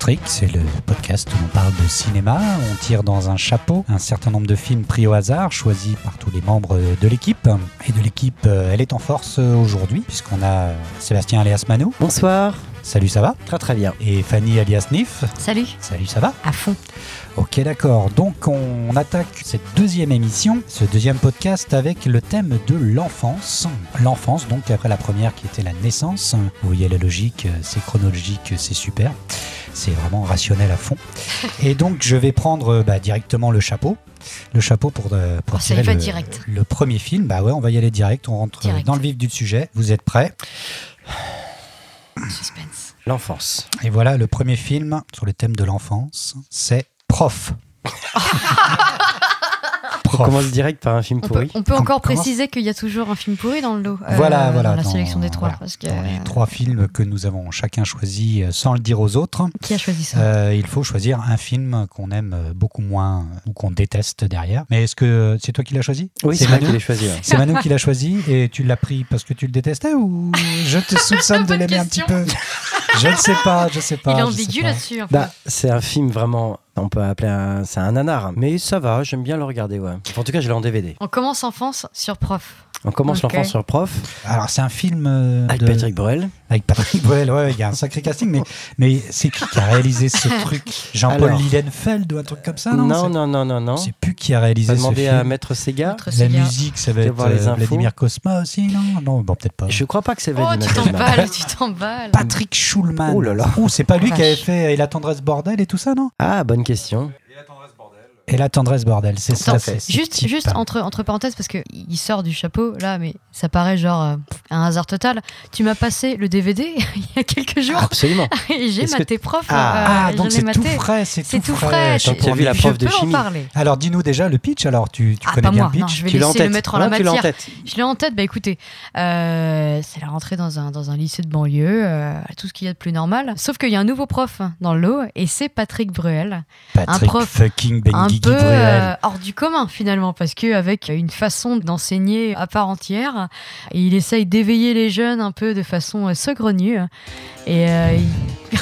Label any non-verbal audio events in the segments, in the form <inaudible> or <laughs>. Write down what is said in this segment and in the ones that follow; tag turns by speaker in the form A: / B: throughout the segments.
A: Fric, c'est le podcast où on parle de cinéma, on tire dans un chapeau un certain nombre de films pris au hasard, choisis par tous les membres de l'équipe. Et de l'équipe, euh, elle est en force euh, aujourd'hui, puisqu'on a euh, Sébastien alias Mano.
B: Bonsoir.
A: Salut, ça va
B: Très très bien.
A: Et Fanny alias Nif.
C: Salut.
A: Salut, ça va
C: À fond.
A: Ok, d'accord. Donc, on attaque cette deuxième émission, ce deuxième podcast avec le thème de l'enfance. L'enfance, donc, après la première qui était la naissance. Vous voyez la logique, euh, c'est chronologique, c'est super. C'est vraiment rationnel à
C: <laughs>
A: fond. Et donc, je vais prendre euh, bah, directement le chapeau. Le chapeau pour, euh, pour
C: Oh, ça y
A: tirer
C: va
A: le,
C: direct.
A: le premier film. Bah ouais, on va y aller direct. On rentre euh,
C: Direct.
A: dans le vif du sujet. Vous êtes prêts
C: Suspense.
B: L'enfance.
A: Et voilà, le premier film sur le thème de l'enfance, c'est Prof.
B: <laughs> Oh. On commence direct par un film
C: On peut,
B: pourri.
C: on peut
A: Com-
C: encore
A: comment
C: préciser qu'il y a toujours un film pourri dans le lot. euh,
A: Voilà, voilà,
C: Dans la
A: dans-
C: sélection des trois.
A: voilà,
C: parce que,
A: Dans les
C: euh,
A: trois films que nous avons chacun choisi euh, sans le dire aux autres,
C: Qui a choisi ça
A: euh, il faut choisir un film qu'on aime euh, beaucoup moins euh, ou qu'on déteste derrière. Mais est-ce que euh, c'est toi qui l'as choisi
B: Oui, c'est
A: c'est
B: moi
A: Manu
B: qui l'ai choisi. ouais.
A: C'est Manu qui l'a choisi et tu l'as pris parce que tu le détestais ou je te soupçonne de
C: <laughs> Bonne
A: l'aimer un petit
C: question.
A: peu Je ne sais pas, je ne sais pas.
C: Il est
A: je sais
C: ambigu
A: pas.
C: là-dessus. un peu.
B: Bah, c'est un film vraiment. On peut appeler un. C'est un nanar. Mais ça va, j'aime bien le regarder, ouais. En tout cas, je l'ai en DVD.
C: On commence enfance sur prof.
B: On commence
C: Ok.
B: l'enfance sur prof.
A: Alors c'est un film euh,
B: Avec
A: de-
B: Ah, Patrick Borel.
A: avec Patrick Bruel, ouais, il y a un sacré casting, mais, mais c'est qui qui a réalisé
C: <laughs>
A: ce truc Jean-Paul
B: Alors.
A: Lilienfeld ou un truc comme ça Non,
B: non,
A: c'est-
B: non, non, non, non.
A: Je sais plus qui a
B: On va
A: réalisé ce
B: demander
A: film.
B: à Maître Sega.
C: Notre
A: La
C: cigare.
A: musique, ça va
B: Je vais
A: être
B: voir les
A: euh,
B: infos.
A: Vladimir Cosma aussi, non Non, bon, peut-être pas.
B: Je crois pas que c'est
C: Oh,
B: Vadim
C: tu t'emballes, tu t'emballes.
A: Patrick Schulman.
B: Oh là là.
A: Ouh, c'est pas lui
C: Vache.
A: qui avait fait Et la tendresse bordel et tout ça, non
B: Ah, bonne question.
A: Et la tendresse bordel, c'est ça.
C: Attends,
A: c'est ce
C: Juste,
A: type.
C: juste entre, entre parenthèses, parce qu'il sort du chapeau, là, mais ça paraît genre euh, un hasard total. Tu m'as passé le DVD <laughs> il y a quelques jours
B: Absolument.
C: et j'ai
B: Est-ce que
C: maté prof.
B: Ah,
C: euh,
A: Ah, donc
C: je l'ai
A: c'est tout
C: maté.
A: frais, c'est
C: C'est
A: tout,
C: tout frais.
A: Attends,
C: je-
B: T'as vu la
C: Je
B: prof de
C: peux en
B: chimie
C: parler.
A: Alors, dis-nous déjà le pitch. Alors, tu, tu
C: Ah,
A: connais
C: pas
A: bien
C: moi,
A: le
C: non,
A: pitch
C: je vais
B: Tu l'as en
C: laisser
B: tête.
C: le mettre en la
B: Non, tu l'as en
C: matière.
B: tête.
C: Je l'ai en tête, bah écoutez, euh, c'est la rentrée dans un, dans un lycée de banlieue, euh, tout ce qu'il y a de plus normal. Sauf qu'il y a un nouveau prof dans le lot, et c'est Patrick Bruel.
A: Patrick
C: prof,
A: fucking
C: un
A: Benguigui
C: peu
A: Bruel.
C: euh, hors du commun finalement, parce qu'avec une façon d'enseigner à part entière, et il essaye d'éveiller les jeunes un peu de façon euh, saugrenue. Et euh, il-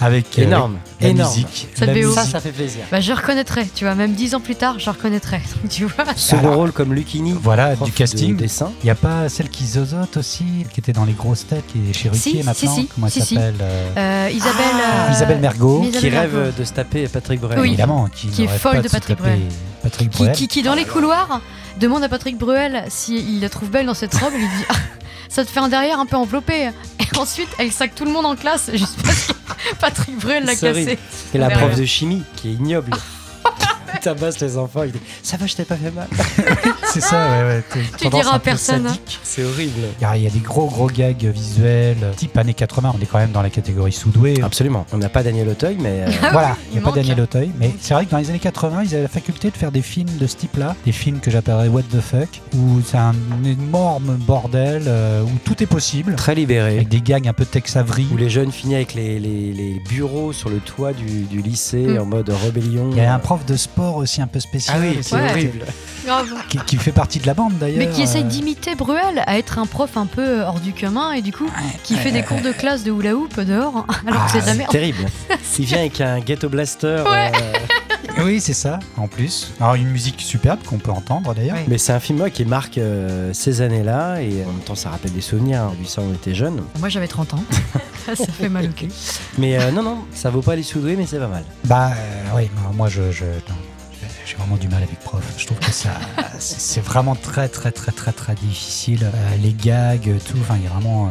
A: Avec euh,
B: Oh, Énorme.
A: la
B: Énorme.
A: musique.
C: Cette
A: la
C: BO.
A: musique.
B: Ça, ça fait plaisir.
C: bah, je reconnaîtrais, tu vois, même dix ans plus tard, je reconnaîtrais. Donc, <laughs> tu vois,
B: Second rôle comme Lucini.
A: Voilà,
B: prof
A: du
B: de
A: casting.
B: dessin.
A: Il n'y a pas celle qui zozote aussi, qui était dans les grosses têtes, qui est chez Ruquier
C: Si, si,
A: maintenant
C: si,
A: Comment elle
C: si, si.
A: s'appelle euh,
C: Euh, Isabelle,
A: Ah,
C: euh,
A: Isabelle Mergo,
C: Isabelle
B: qui
C: Mergo.
B: rêve de se taper Patrick Borel.
C: Oui.
A: évidemment, qui,
C: Qui est
A: n'arrête
C: folle
A: pas
C: de
A: se
C: Patrick
A: taper
C: Bruel.
A: Patrick
C: qui,
A: Bruel.
C: qui- qui, dans les couloirs demande à Patrick Bruel s'il la trouve belle dans cette robe. Il dit ah, Ça te fait un derrière un peu enveloppé. Et ensuite, elle sac tout le monde en classe juste parce que Patrick Bruel l'a
B: Sorry.
C: cassé.
B: Et la
C: Mergo.
B: prof de chimie qui est ignoble.
C: <laughs>
B: Qui tabasse les enfants. Il dit Ça va, je t'ai pas fait mal.
A: <laughs> C'est ça, ouais, ouais. t'as une tendance
C: diras
A: un
C: à
A: peu
C: personne, hein.
A: sadique.
B: C'est horrible.
A: Il y a- il y, a des gros gros gags visuels, type années 80, on est quand même dans la catégorie sous-doué.
B: Absolument. On n'a pas Daniel Auteuil,
C: <laughs>
B: mais. euh,
C: Ah oui,
A: voilà, il n'y a
C: il
A: pas
C: manque.
A: Daniel Auteuil, mais c'est vrai que dans les années 80, ils avaient la faculté de faire des films de ce type-là, des films que j'appellerais What the fuck, où c'est un énorme bordel, euh, où tout est possible,
B: très libéré.
A: avec des gags un peu Tex Avery.
B: Où les jeunes finis avec les, les- les bureaux sur le toit du, du lycée
C: Mm.
B: en mode rébellion.
A: Il y a un prof de sport aussi un peu spécial.
B: Ah oui, c'est
C: Ouais.
B: horrible.
C: Grave.
A: qui, qui fait partie de la bande d'ailleurs.
C: Mais qui essaye
A: Euh,
C: d'imiter Bruel à être un prof un peu hors du commun et du coup qui fait des cours de classe de hula hoop dehors alors
A: Ah,
C: que c'est de la
B: C'est
C: merde.
B: terrible. Il vient avec un ghetto blaster. euh,
A: Oui, c'est ça, en plus. Alors, une musique superbe qu'on peut entendre d'ailleurs.
C: Oui.
B: mais c'est un film ouais, qui marque euh, ces années-là et en même temps ça rappelle des souvenirs. hein, Lui ça on était jeunes.
C: Moi j'avais
B: <laughs>
C: 30 ans. Ça fait mal au cul.
B: Mais euh, non non, ça vaut pas les sous-doués mais c'est pas mal.
A: Bah, euh, oui, moi, moi je. je- non, J'ai vraiment du mal avec prof. Je trouve que ça,
C: <laughs>
A: c'est c'est vraiment très très très très très difficile. Euh, les gags, tout. Enfin, il y a vraiment. euh,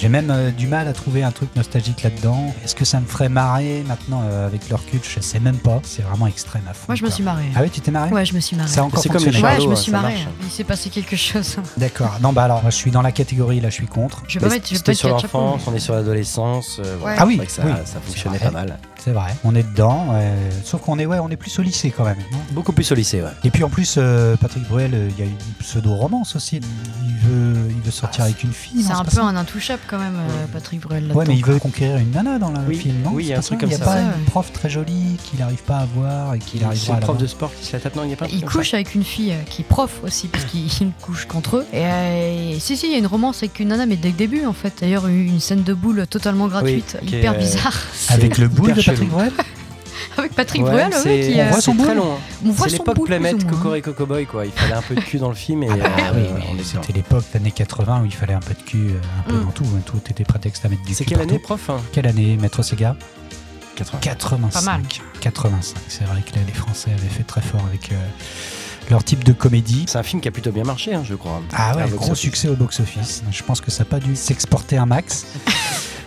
A: j'ai même euh, du mal à trouver un truc nostalgique là-dedans. Est-ce que ça me ferait marrer maintenant euh, avec leur cul Je sais même pas. C'est vraiment extrême à fond.
C: Moi je me
A: quoi.
C: suis marrée.
A: Ah oui, tu t'es marré
C: Ouais, je me suis marrée.
A: Ça a encore
B: C'est comme les
A: fonctionné.
B: Charlots,
C: Ouais, je me
B: hein,
C: suis
B: ça
C: marrée.
B: marche.
C: Il s'est passé quelque chose.
A: D'accord. Non, bah alors, moi, je suis dans la catégorie là, je suis contre.
C: Je vais pas mettre je vais pas
B: C'était
C: mettre
B: sur
C: quatre chapeaux, mais-
B: l'enfance, on est sur l'adolescence. euh, voilà.
A: Ah oui,
B: C'est vrai que ça,
A: oui.
B: ça fonctionnait
A: C'est vrai.
B: pas mal.
A: C'est vrai, on est dedans, euh, sauf qu'on est, ouais, on est plus au lycée quand même. non
B: Beaucoup plus au lycée, ouais.
A: et puis en plus, euh, Patrick Bruel, euh, il y a une pseudo-romance aussi. Il veut, il veut sortir avec une fille. non,
C: Ah, C'est un
A: pas
C: peu
A: ça
C: un intouchable quand même, euh, Patrick Bruel.
A: Ouais, mais
C: là-dedans,
A: il veut conquérir une nana dans le
B: Oui,
A: film, non
B: oui, il y a
A: C'est pas ça
B: un truc
A: Il n'y
B: comme
A: a
B: ça.
A: pas
C: Ouais,
A: une
C: ouais.
A: prof très jolie qu'il n'arrive pas à voir et qu'il
B: C'est
A: arrivera
B: le
A: à
B: prof de
A: l'avoir.
B: sport qui se la tape. Non, il n'y a pas.
C: Et Il
B: comme
C: couche avec une fille euh, qui est prof aussi, parce qu'il <laughs> il couche contre eux. Et euh, si, si, il y a une romance avec une nana, mais dès le début en fait. D'ailleurs, une une scène de boule totalement gratuite,
B: qui est,
C: hyper
A: <laughs>
B: euh,
C: bizarre,
B: ça.
A: Avec
B: C'est
A: le boule
B: hyper
A: de Patrick
B: chelou. Ah
A: Bruel
C: avec Patrick
B: Ouais,
C: Bruel, ouais,
B: c'est-
C: qui,
A: Ah,
C: euh,
A: on voit son
B: c'est très
A: boule.
B: long. hein.
C: on voit
B: C'est
C: son
B: l'époque
C: boule, plus
B: Planète
C: ou moins.
B: Cocorico Cowboy quoi. Il fallait un peu de cul dans le film et
A: Ah bah
B: euh,
A: oui,
B: on est dedans.
A: C'était l'époque, années 80, où il fallait un peu de cul, euh, un peu
C: Mm.
A: dans tout. hein, Tout était prétexte à mettre du
B: C'est
A: cul
B: quelle
A: partout.
B: année prof hein
A: Quelle année, Maître Sega
B: 80.
A: 85.
C: Pas mal.
A: 85. C'est vrai que là, les Français avaient fait très fort avec euh, leur type de comédie.
B: C'est un film qui a plutôt bien marché, hein, je crois.
A: Ah ouais,
B: Un
A: gros
B: box-office.
A: succès au box-office. Je pense que ça n'a pas dû s'exporter un max.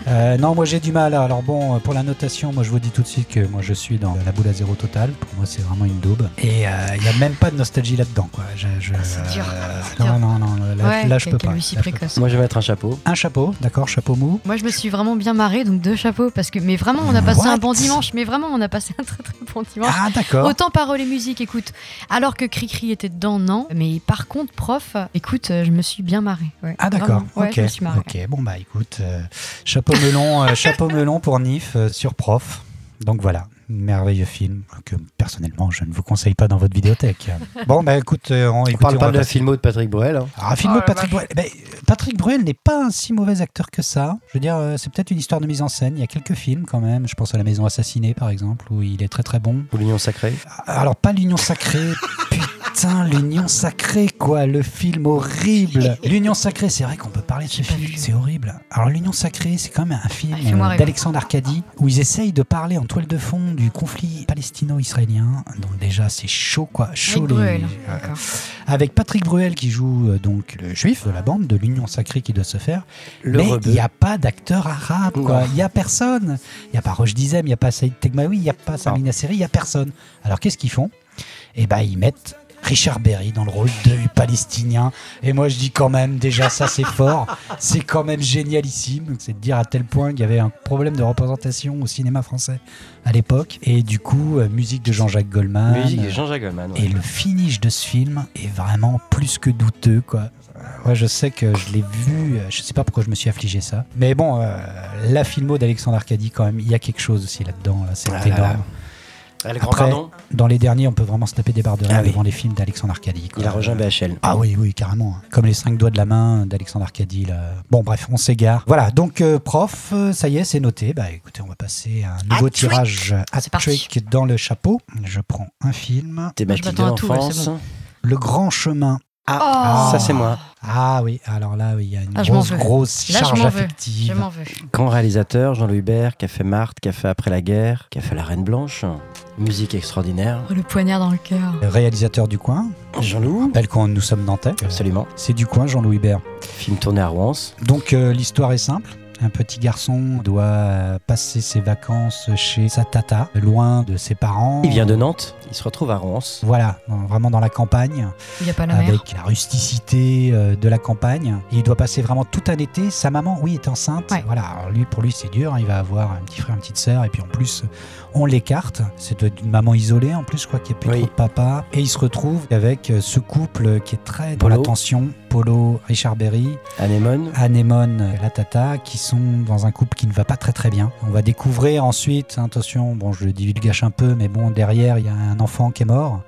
A: Euh, non, moi j'ai du mal. Alors bon, euh, pour la notation, moi je vous dis tout de suite que moi je suis dans la boule à zéro totale. Pour moi, c'est vraiment une daube. Et euh, il n'y a même pas de nostalgie là-dedans. quoi. Je- je-
C: Ah, c'est dur, c'est
A: non,
C: dur.
A: non, non, là,
C: Ouais,
A: là, je
C: quel-
A: peux
C: quel
A: pas.
C: Lucie
A: Là, je peux
C: précoce.
B: Moi, je vais mettre un chapeau.
A: pas. Un chapeau, d'accord, chapeau mou.
C: Moi, je me suis vraiment bien marrée, donc deux chapeaux, parce que, mais vraiment, on a passé
A: What
C: un bon dimanche, mais vraiment, on a passé un très très bon dimanche.
A: Ah d'accord.
C: Autant paroles et musique, écoute. Alors que Cricri était dedans, non. Mais par contre, prof, écoute, euh, je me suis bien marrée. Ouais,
A: Ah d'accord,
C: Vraiment, Ouais,
A: ok.
C: je me suis marrée.
A: Ok, bon bah écoute, euh, chapeau melon,
C: <laughs>
A: euh, chapeau melon pour Nif euh, sur prof. Donc voilà, merveilleux film que personnellement je ne vous conseille pas dans votre
C: <laughs>
A: vidéothèque. Bon bah écoute, euh, on,
B: On parle pas de la
A: la
B: filmo de Patrick Bruel. hein.
A: Ah, un film
C: Oh
A: de
C: la
A: Patrick Bruel. Eh ben, euh, Patrick Bruel n'est pas un si mauvais acteur que ça. Je veux dire, euh, c'est peut-être une histoire de mise en scène. Il y a quelques films quand même. Je pense à La Maison Assassinée par exemple, où il est très très bon.
B: Ou l'Union Sacrée.
A: Alors pas l'Union
C: <laughs>
A: Sacrée. Putain, l'Union Sacrée, quoi, le film horrible. L'Union Sacrée, c'est vrai qu'on peut parler de ce
C: J'ai pas
A: film,
C: vu.
A: c'est horrible. Alors l'Union Sacrée, c'est quand même un film
C: Ah, fais-moi
A: euh,
C: rêver.
A: d'Alexandre Arcadie où ils essayent de parler en toile de fond du conflit palestino-israélien. Donc déjà, c'est chaud, quoi. Chaud
C: Avec Bruel, hein,
A: les- euh,
C: d'accord.
A: avec Patrick Bruel qui joue euh, donc le juif de la bande, de l'union sacrée qui doit se faire.
B: Le
A: mais
B: rebeu.
A: il n'y a pas d'acteur arabe, quoi.
B: Non.
A: Il n'y a personne. Il n'y a pas Roche Dizem, il n'y a pas Saïd Tegmaoui, il n'y a pas
B: Ah.
A: Samina Seri, il n'y a personne. Alors qu'est-ce qu'ils font Eh ben, ils mettent Richard Berry dans le rôle de Palestinien. Et moi, je dis quand même, déjà, ça c'est
B: <laughs>
A: fort. C'est quand même génialissime. C'est de dire à tel point qu'il y avait un problème de représentation au cinéma français à l'époque. Et du coup, euh, musique de Jean-Jacques Goldman.
B: Musique
A: euh,
B: de Jean-Jacques Goldman. ouais.
A: et le finish de ce film est vraiment plus que douteux, quoi. Ouais, je sais que je l'ai vu, euh, je sais pas pourquoi je me suis affligé ça. Mais bon, euh, la filmo d'Alexandre Arcadie, quand même, il y a quelque chose aussi là-dedans, là, c'est
B: Ah là
A: énorme.
B: là. Ah, le grand
A: Après,
B: pardon.
A: Dans les derniers, on peut vraiment se taper des barres de rire
B: Ah oui.
A: devant les films d'Alexandre Arcadie. quoi.
B: Il a rejoint BHL.
A: Ah oui, oui, carrément. Comme les cinq doigts de la main d'Alexandre Arcadie. Là. Bon, bref, on s'égare. Voilà, donc euh, prof, euh, ça y est, c'est noté. Bah écoutez, on va passer à un nouveau
C: Hat-trick.
A: tirage à
C: C'est parti.
A: trick dans le chapeau. Je prends un film.
B: Thématique de
C: m'attends à tout, là,
B: l'enfance.
C: c'est
A: Le grand chemin
B: Oh.
C: Ah,
B: Ça, c'est moi.
A: Ah oui, alors là, oui, il y a une
C: Ah, je m'en
A: grosse,
C: veux.
A: grosse
C: Là, je
A: charge
C: m'en veux. Je
A: affective.
C: m'en veux.
B: Grand réalisateur, Jean-Louis Hubert, qui a fait Marthe, qui a fait Après la guerre, qui a fait La Reine Blanche. Musique extraordinaire.
C: Oh, le poignard dans le cœur.
A: Réalisateur du coin,
B: Jean-Louis
A: tel qu'on nous sommes nantais.
B: Absolument.
A: C'est du coin, Jean-Louis Hubert.
B: Film tourné à Rouen.
A: Donc euh, l'histoire est simple. Un petit garçon doit euh, passer ses vacances chez sa tata, loin de ses parents.
B: Il vient de Nantes. Il se retrouve à Rouen.
A: Voilà, dans- vraiment dans la campagne,
C: Il n'y a pas la mer.
A: avec la rusticité euh, de la campagne. Et il doit passer vraiment tout un été. Sa maman, oui, est enceinte.
C: Ouais.
A: Voilà, alors lui, pour lui, c'est dur. hein. Il va avoir un petit frère, une petite sœur. Et puis en plus, on l'écarte. C'est de- une maman isolée en plus, quoi, qui n'a plus
B: Oui.
A: trop de papa. Et il se retrouve avec euh, ce couple qui est très dans
B: Polo.
A: la tension. Polo, Richard Berry,
B: Anémone.
A: Anémone, euh, la tata, qui sont dans un couple qui ne va pas très très bien. On va découvrir ensuite, hein, attention, bon, je le divulgage un peu, mais bon, derrière, il y a un enfant qui est mort.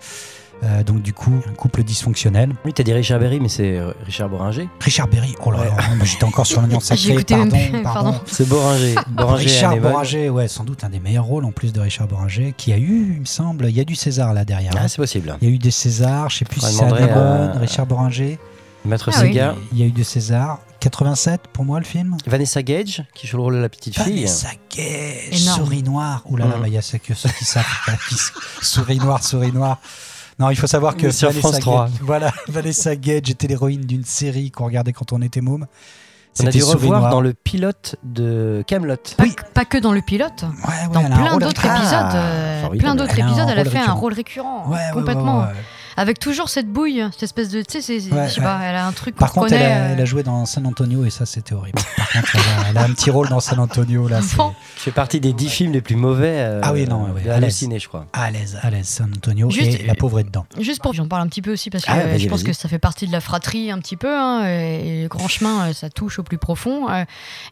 A: Euh, donc du coup, un couple dysfonctionnel.
B: Oui, t'as dit Richard Berry, mais c'est euh, Richard Boringer.
A: Richard Berry, oh là là, moi, j'étais encore sur l'union
C: J'ai
A: sacrée,
C: écouté
A: pardon,
C: même pas,
A: pardon.
C: pardon.
B: C'est Boringer. Boringer et
A: <laughs> Richard
B: Anémone.
A: Boringer, ouais, sans doute un des meilleurs rôles en plus de Richard Boringer, qui a eu, il me semble, il y a du César là derrière.
B: Ah, c'est possible.
A: il y a eu des Césars, je sais plus si c'est
B: Faudrait demander
A: Anémone,
B: à-
A: Richard Boringer.
B: Maître
C: Ah oui.
B: Sega.
A: Il y a eu des Césars. 87 pour moi le film
B: Vanessa Gage, qui joue le rôle de la petite fille.
A: Vanessa Gage,
C: Énorme.
A: souris noire. Ouh là là,
B: Mhm.
A: bah, il y a ceux que ceux qui savent. pas, qui s- souris noire, souris noire. Non, il faut savoir que
B: Mais sur
A: Vanessa
B: France
A: Gage-
B: 3.
A: voilà, <laughs> Vanessa Gage était l'héroïne d'une série qu'on regardait quand on était môme.
B: On a
A: C'était
B: dû
A: Souris
B: revoir
A: Noire.
B: dans le pilote de Camelot.
C: Pas,
A: Oui.
C: que- pas que dans le pilote.
A: Ouais, ouais,
C: Dans
A: elle a un
C: plein
A: rôle
C: d'autres
A: acteur.
C: épisodes, euh,
B: formidable.
C: plein d'autres
A: Elle a un
C: épisodes, elle a
A: rôle
C: fait un
A: récurrent.
C: rôle récurrent,
A: Ouais, ouais, ouais,
C: complètement.
A: ouais, ouais.
C: Avec toujours cette bouille, cette espèce de, tu sais, c'est- c'est-
A: Ouais,
C: je sais
A: ouais.
C: pas, elle a un truc qu'on
A: Par contre, elle
C: reconnaît.
A: a,
C: euh,
A: elle a joué dans San Antonio et ça, c'était horrible. Par contre, elle a, elle a un petit rôle dans San Antonio là. c'est
C: Bon.
B: Qui fait partie des dix films les plus mauvais euh,
A: Ah oui, non, ouais,
B: de
A: à
B: la
A: l'aise.
B: ciné, je crois.
A: À l'aise, à l'aise, San Antonio
C: Juste-
A: et la pauvre est dedans.
C: Juste pour que j'en parle un petit peu aussi, parce que
B: Ah,
C: euh,
B: vas-y,
C: je pense
B: vas-y.
C: que ça fait partie de la fratrie un petit peu, hein, et le grand en chemin, euh, ça touche au plus profond. Euh,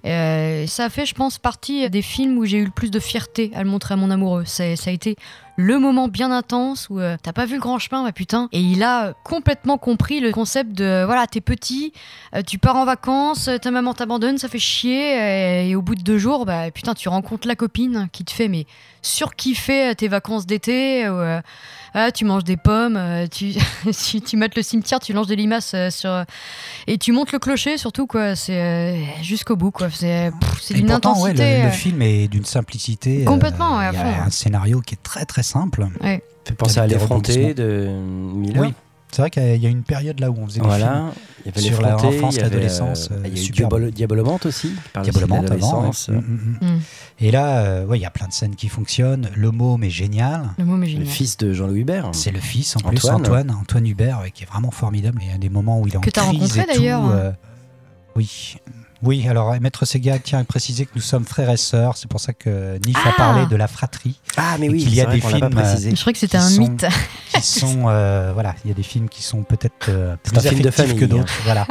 C: euh, ça a fait, je pense, partie des films où j'ai eu le plus de fierté à le montrer à mon amoureux. C'est- Ça a été le moment bien intense où euh, t'as pas vu le grand chemin, bah putain. Et il a euh, complètement compris le concept de euh, voilà, t'es petit, euh, tu pars en vacances, euh, ta maman t'abandonne, ça fait chier. euh, et au bout de deux jours, bah putain, tu rencontres la copine qui te fait mais surkiffer euh, tes vacances d'été. où, euh, ah, tu manges des pommes, euh, tu, <laughs> tu, tu mates le cimetière, tu lances des limaces euh, sur. Et tu montes le clocher surtout, quoi. C'est euh, jusqu'au bout, quoi. C'est euh, pff, c'est
A: Et
C: d'une
A: pourtant, ouais,
C: intensité.
A: le- le,
C: euh,
A: film est d'une simplicité. euh,
C: Complètement, ouais, à
A: il y
C: fond.
A: a un scénario qui est très très simple.
B: Fait penser à
A: Avec des
B: l'effronté de Miller.
A: Oui. C'est vrai qu'il y a une période là où on faisait des films
B: Voilà, il y avait
A: Sur la
B: l'effronté,
A: enfance,
B: il y avait,
A: l'adolescence,
B: euh,
A: euh,
B: Il y a eu
A: superbe.
B: Diabolo- Diabolomante aussi. qui parle aussi
A: Diabolomante avant. ouais.
B: d'adolescence.
A: Mm, mm, mm.
C: Mm.
A: Et là, euh, ouais, il y a plein de scènes qui fonctionnent. Le môme est génial.
C: Le mot
B: Le
C: est génial.
B: fils de Jean-Louis Hubert.
A: C'est le fils en plus,
B: Antoine.
A: Antoine, Antoine Hubert, ouais, qui est vraiment formidable. Il y a des moments où il est en
C: Que t'as
A: crise
C: rencontré,
A: et tout,
C: d'ailleurs.
A: euh, oui. Oui, alors euh, Maître Sega tient à préciser que nous sommes frères et sœurs, c'est pour ça que Nif a
C: Ah
A: parlé de la fratrie,
B: Ah, mais
A: Et
B: oui,
A: qu'il y a
B: c'est vrai
A: des
B: qu'on l'a pas
A: films, euh,
B: précisé.
C: Je croyais que c'était
A: qui
C: un
A: sont- <laughs>
C: mythe. <laughs>
A: qui sont, euh, voilà, il y a des films qui sont peut-être euh,
B: C'est un
A: plus
B: film de
A: affectifs
B: famille, hein.
A: que d'autres,
C: <laughs>
A: voilà.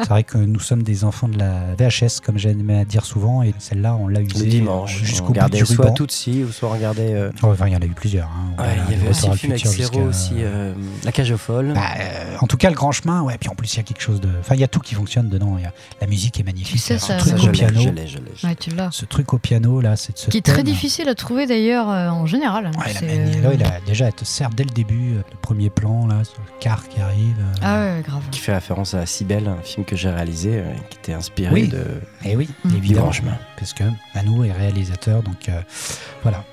A: C'est vrai que nous sommes des enfants de la VHS, comme j'aime à dire souvent, et celle-là, on l'a
B: Le
A: usée euh,
B: dimanche,
A: jusqu'au
B: on
A: bout
B: regardait
A: du
B: soit
A: ruban.
B: Tootsie ou soit on regardait. euh,
A: Oh, enfin, il y en a eu plusieurs. hein.
B: ouais,
A: Voilà,
B: il y
A: de
B: avait aussi
A: Retour
B: le
A: à
B: film avec
A: futur
B: Serrault aussi,
A: jusqu'à-
B: euh, La Cage aux Folles.
C: Ah,
A: Bah, euh, en tout cas, le grand chemin, ouais. Puis en plus, il y a quelque chose de. Enfin, il y a tout qui fonctionne dedans. Il y a- La musique est magnifique.
C: sais,
A: ce
C: ça-
A: truc
C: ça,
A: au
B: je l'ai,
A: piano,
B: je l'ai, je l'ai, je l'ai.
C: Ouais, tu l'as.
A: ce truc au piano là, c'est de ce
C: Qui est très
A: thème.
C: difficile à trouver d'ailleurs euh, en général.
A: Ouais, la
C: C'est,
A: manie-
C: euh,
A: là, il a- déjà, elle te sert dès le début, euh, le premier plan là, sur le car qui arrive. euh.
C: Ah ouais, grave.
B: Qui fait référence à Cybelle, un film que j'ai réalisé, euh, qui était inspiré
A: Oui.
B: de.
A: Et Eh oui,
C: Mm.
A: évidemment,
B: Grand chemin.
A: parce que Manou est réalisateur, donc euh,
C: <laughs>
A: voilà.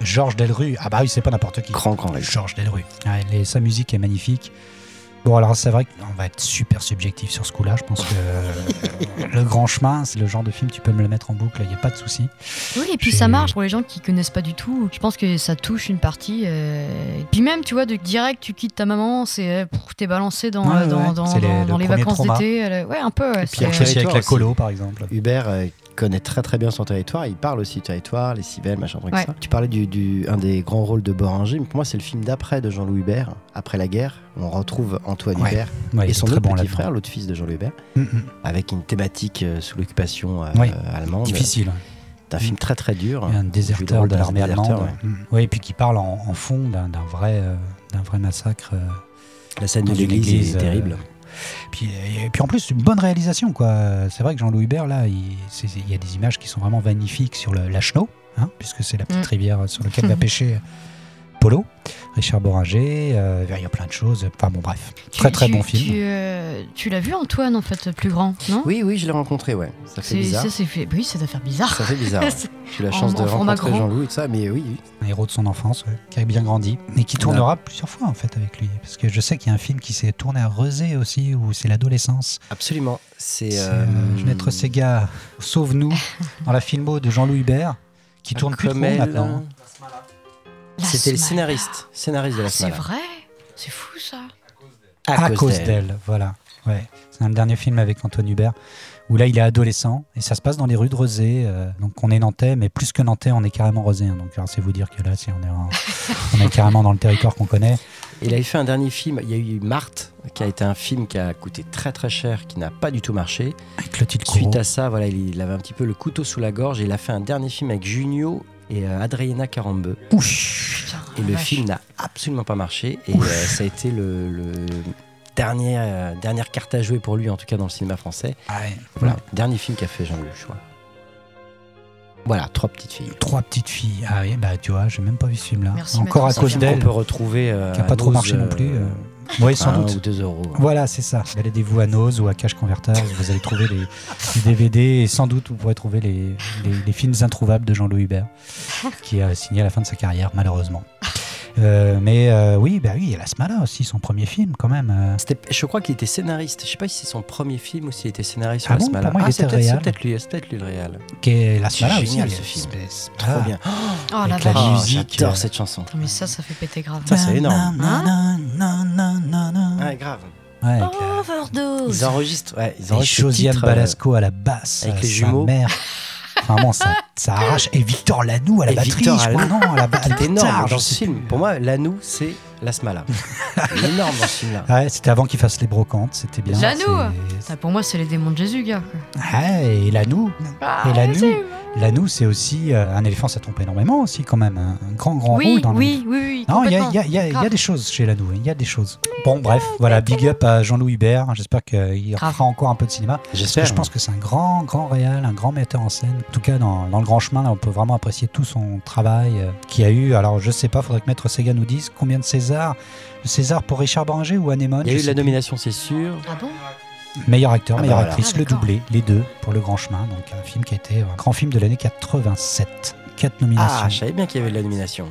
A: Georges Delru, ah bah oui, c'est pas n'importe qui.
B: Grand, grand réalisateur.
A: Georges Delru. Ah, il est- sa musique est magnifique. Bon, alors c'est vrai qu'on va être super subjectif sur ce coup-là. Je pense que euh,
B: <laughs>
A: Le Grand Chemin, c'est le genre de film, tu peux me le mettre en boucle, il n'y a pas de souci.
C: Oui, et puis
A: J'ai-
C: ça marche pour les gens qui connaissent pas du tout. Je pense que ça touche une partie. euh, Et puis même, tu vois, de direct, tu quittes ta maman, c'est euh, pff, t'es balancé dans,
A: Ouais,
C: euh, dans,
A: ouais,
C: dans-
A: c'est les-
C: dans-
A: le
C: dans les
A: premier
C: vacances
A: trauma.
C: d'été. euh, Ouais, un peu. ouais,
B: puis
C: c'est-
A: aussi
B: après,
A: avec
B: territoire
A: la
B: aussi.
A: colo, par exemple.
B: Hubert euh, connaît très très bien son territoire, il parle aussi du territoire, les cibelles, machin, truc,
C: Ouais.
B: ça. Tu parlais du, du- un des grands rôles de Boringer, mais pour moi c'est le film d'après de Jean-Louis Hubert, après la guerre, on retrouve Antoine
A: Ouais.
B: Hubert
A: Ouais, il
B: et
A: est
B: son
A: très
B: autre
A: bon
B: petit
A: là-dedans.
B: frère, l'autre fils de Jean-Louis Hubert,
A: Mm, mm.
B: avec une thématique euh, sous l'occupation euh,
A: Oui.
B: euh, allemande.
A: Difficile.
B: C'est un film très très dur.
A: Et un
B: Plus
A: déserteur
B: drôle
A: de
B: d'un
A: l'armée
B: déserteur,
A: allemande. Mm. Oui, et puis qui parle en, en fond d'un d'un vrai, euh, d'un vrai massacre. euh.
B: La scène
A: Dans
B: de
A: une
B: l'église
A: église,
B: est
A: euh,
B: terrible.
A: Puis, euh, et puis en plus, une bonne réalisation. quoi. C'est vrai que Jean-Louis Hubert, là, il c'est- il y a des images qui sont vraiment magnifiques sur le, la Chenot, hein, puisque c'est la petite
C: Mm.
A: rivière sur
C: <laughs>
A: laquelle va pêcher euh, Polo, Richard Boringer. euh, il y a plein de choses. Enfin bon, bref.
C: tu-
A: Très très
C: tu-
A: bon film.
C: Tu, euh, tu l'as vu, Antoine, en fait, plus grand, non
B: Oui, oui, je l'ai rencontré, ouais. Ça fait
C: C'est-
B: bizarre.
C: Ça, c'est fait. Oui, c'est affaire bizarre.
B: Ça fait bizarre. ouais.
C: <laughs> C'est-
B: J'ai eu la
C: En-
B: chance de
C: en format
B: rencontrer
C: grand.
B: Jean-Louis et tout ça, mais oui, oui.
A: un héros de son enfance, ouais, qui a bien grandi, et qui tournera plusieurs fois en fait avec lui. Parce que je sais qu'il y a un film qui s'est tourné à Rezé aussi, où c'est l'adolescence.
B: absolument. C'est.
A: C'est
B: euh,
A: euh, Maître Sega,
C: <laughs>
A: Sauve-nous, dans la filmo de Jean-Louis Hubert, qui tourne plus trop
B: Commel,
A: maintenant. hein.
C: La
B: C'était le
C: Smala.
B: scénariste, scénariste de la
C: Ah, c'est
B: Smala.
C: vrai C'est fou, ça.
A: À, cause d'elle, voilà. Ouais. C'est un dernier film avec Antoine Hubert, où là il est adolescent, et ça se passe dans les rues de Rezé. euh, donc on est nantais, mais plus que nantais, on est carrément Rezé. hein. donc alors, c'est vous dire que là, si on, est <laughs> en- on est carrément dans le territoire qu'on connaît.
B: Il avait fait un dernier film, il y a eu Marthe, qui a été un film qui a coûté très très cher, qui n'a pas du tout marché.
A: Avec le titre
B: Suite à ça, voilà, il il avait un petit peu le couteau sous la gorge et il a fait un dernier film avec Junio et euh, Adriana Carambeu. Et
C: Putain, la
A: Ah,
B: le
C: vache.
B: film n'a absolument pas marché et euh, ça a été le, le dernier, euh, dernière carte à jouer pour lui, en tout cas dans le cinéma français.
A: Ah
B: Voilà, dernier film qu'a fait Jean-Luc, je crois. Voilà, trois petites filles.
A: Trois petites filles. Ah oui, bah tu vois, j'ai même pas vu ce film-là.
C: Merci,
A: Encore à
C: Maître
A: cause
C: Sega.
B: On
A: d'elle.
B: peut retrouver. euh,
A: Qui a
B: à
A: pas trop
B: Noz,
A: marché non plus, euh, Oui, sans
B: un
A: doute.
B: Ah, ou deux euros.
A: Voilà, c'est ça. Baladez-vous à Nose ou à Cash Converters, vous allez trouver les, les DVD et sans doute vous pourrez trouver les, les- les films introuvables de Jean-Louis Hubert, qui a signé à la fin de sa carrière, malheureusement. Euh, mais euh, oui, bah oui, il y a La Smala aussi, son premier film quand même. euh.
B: C'était- Je crois qu'il était scénariste. Je sais pas si c'est son premier film ou s'il était scénariste
A: Ah
B: sur
A: bon,
B: la Smala.
A: pour moi, il
B: ah, c'est
A: était
B: peut-être-
A: réal.
B: c'est peut-être lui, c'est peut-être lui le réal.
A: Qui est La
B: C'est
A: Smala aussi,
B: génial,
A: il y a-
B: ce film.
A: c'est- c'est
B: Trop
A: pas-
B: bien.
C: Oh la
A: Avec Ah. la
C: vache.
B: Ah,
A: musique, euh,
B: J'adore cette chanson.
C: Putain, Mais ça, ça fait péter grave.
B: Ça, c'est énorme.
A: Na, na, na, na, na, na, na.
B: Ouais, grave.
A: Ouais,
C: Oh.
A: avec, euh,
C: Overdose
B: Ils enregistrent. Ouais, ils
A: Et
B: enregistrent. le
A: Josiane
B: titre, euh,
A: Balasco à la basse,
B: avec
A: euh,
B: les
A: sa
B: jumeaux.
A: mère Enfin bon, ça, ça arrache. Et Victor Lanoux à la
B: Et
A: batterie,
B: Victor
A: je crois,
B: Lanoux.
A: non, à la ba- à la
B: C'est énorme
A: guitare,
B: dans
A: Ah, je
B: ce
A: sais
B: film.
A: plus.
B: Pour moi, l'Anou, c'est
A: <laughs>
B: l'Asmala. Il est énorme dans ce film-là.
A: Ouais, c'était avant qu'il fasse les brocantes, c'était bien.
C: Lanoux
A: c'est-
C: Ça, Ah, pour moi, c'est les démons de Jésus, gars. quoi.
A: Ouais, et Lanoux,
C: Ah,
A: la nuit,
C: Jésus.
A: Lanoux, c'est aussi euh, un éléphant, ça tombe énormément aussi quand même, hein. un, un grand grand roux
C: Oui,
A: dans le-
C: oui, oui, oui.
A: Non, il y a,
C: complètement.
A: il y a- il y a- il y a
C: Grave.
A: des choses chez Lanoux, il y a des choses. Bon, bref, voilà, big up à Jean-Louis Hubert, hein. j'espère qu'il
C: Grave.
A: fera encore un peu de cinéma.
B: J'espère. hein.
A: Parce que je pense que c'est un grand, grand réal, un grand metteur en scène. En tout cas, dans, dans le grand chemin, là, on peut vraiment apprécier tout son travail euh, qu'il y a eu. Alors, je sais pas, faudrait que Maître Sega nous dise combien de César. Le César pour Richard Branger ou Anémone
B: Il y a
A: je
B: eu de la
A: sais
B: nomination, c'est sûr.
C: Ah bon
A: plus. Meilleur acteur,
B: Ah bah
A: meilleure
B: voilà.
A: actrice,
C: Ah,
A: le
C: d'accord.
A: doublé, les deux pour le grand chemin. Donc, un film qui a été un grand film de l'année 87. 4 nominations.
B: Ah, je savais bien qu'il y avait de la nomination.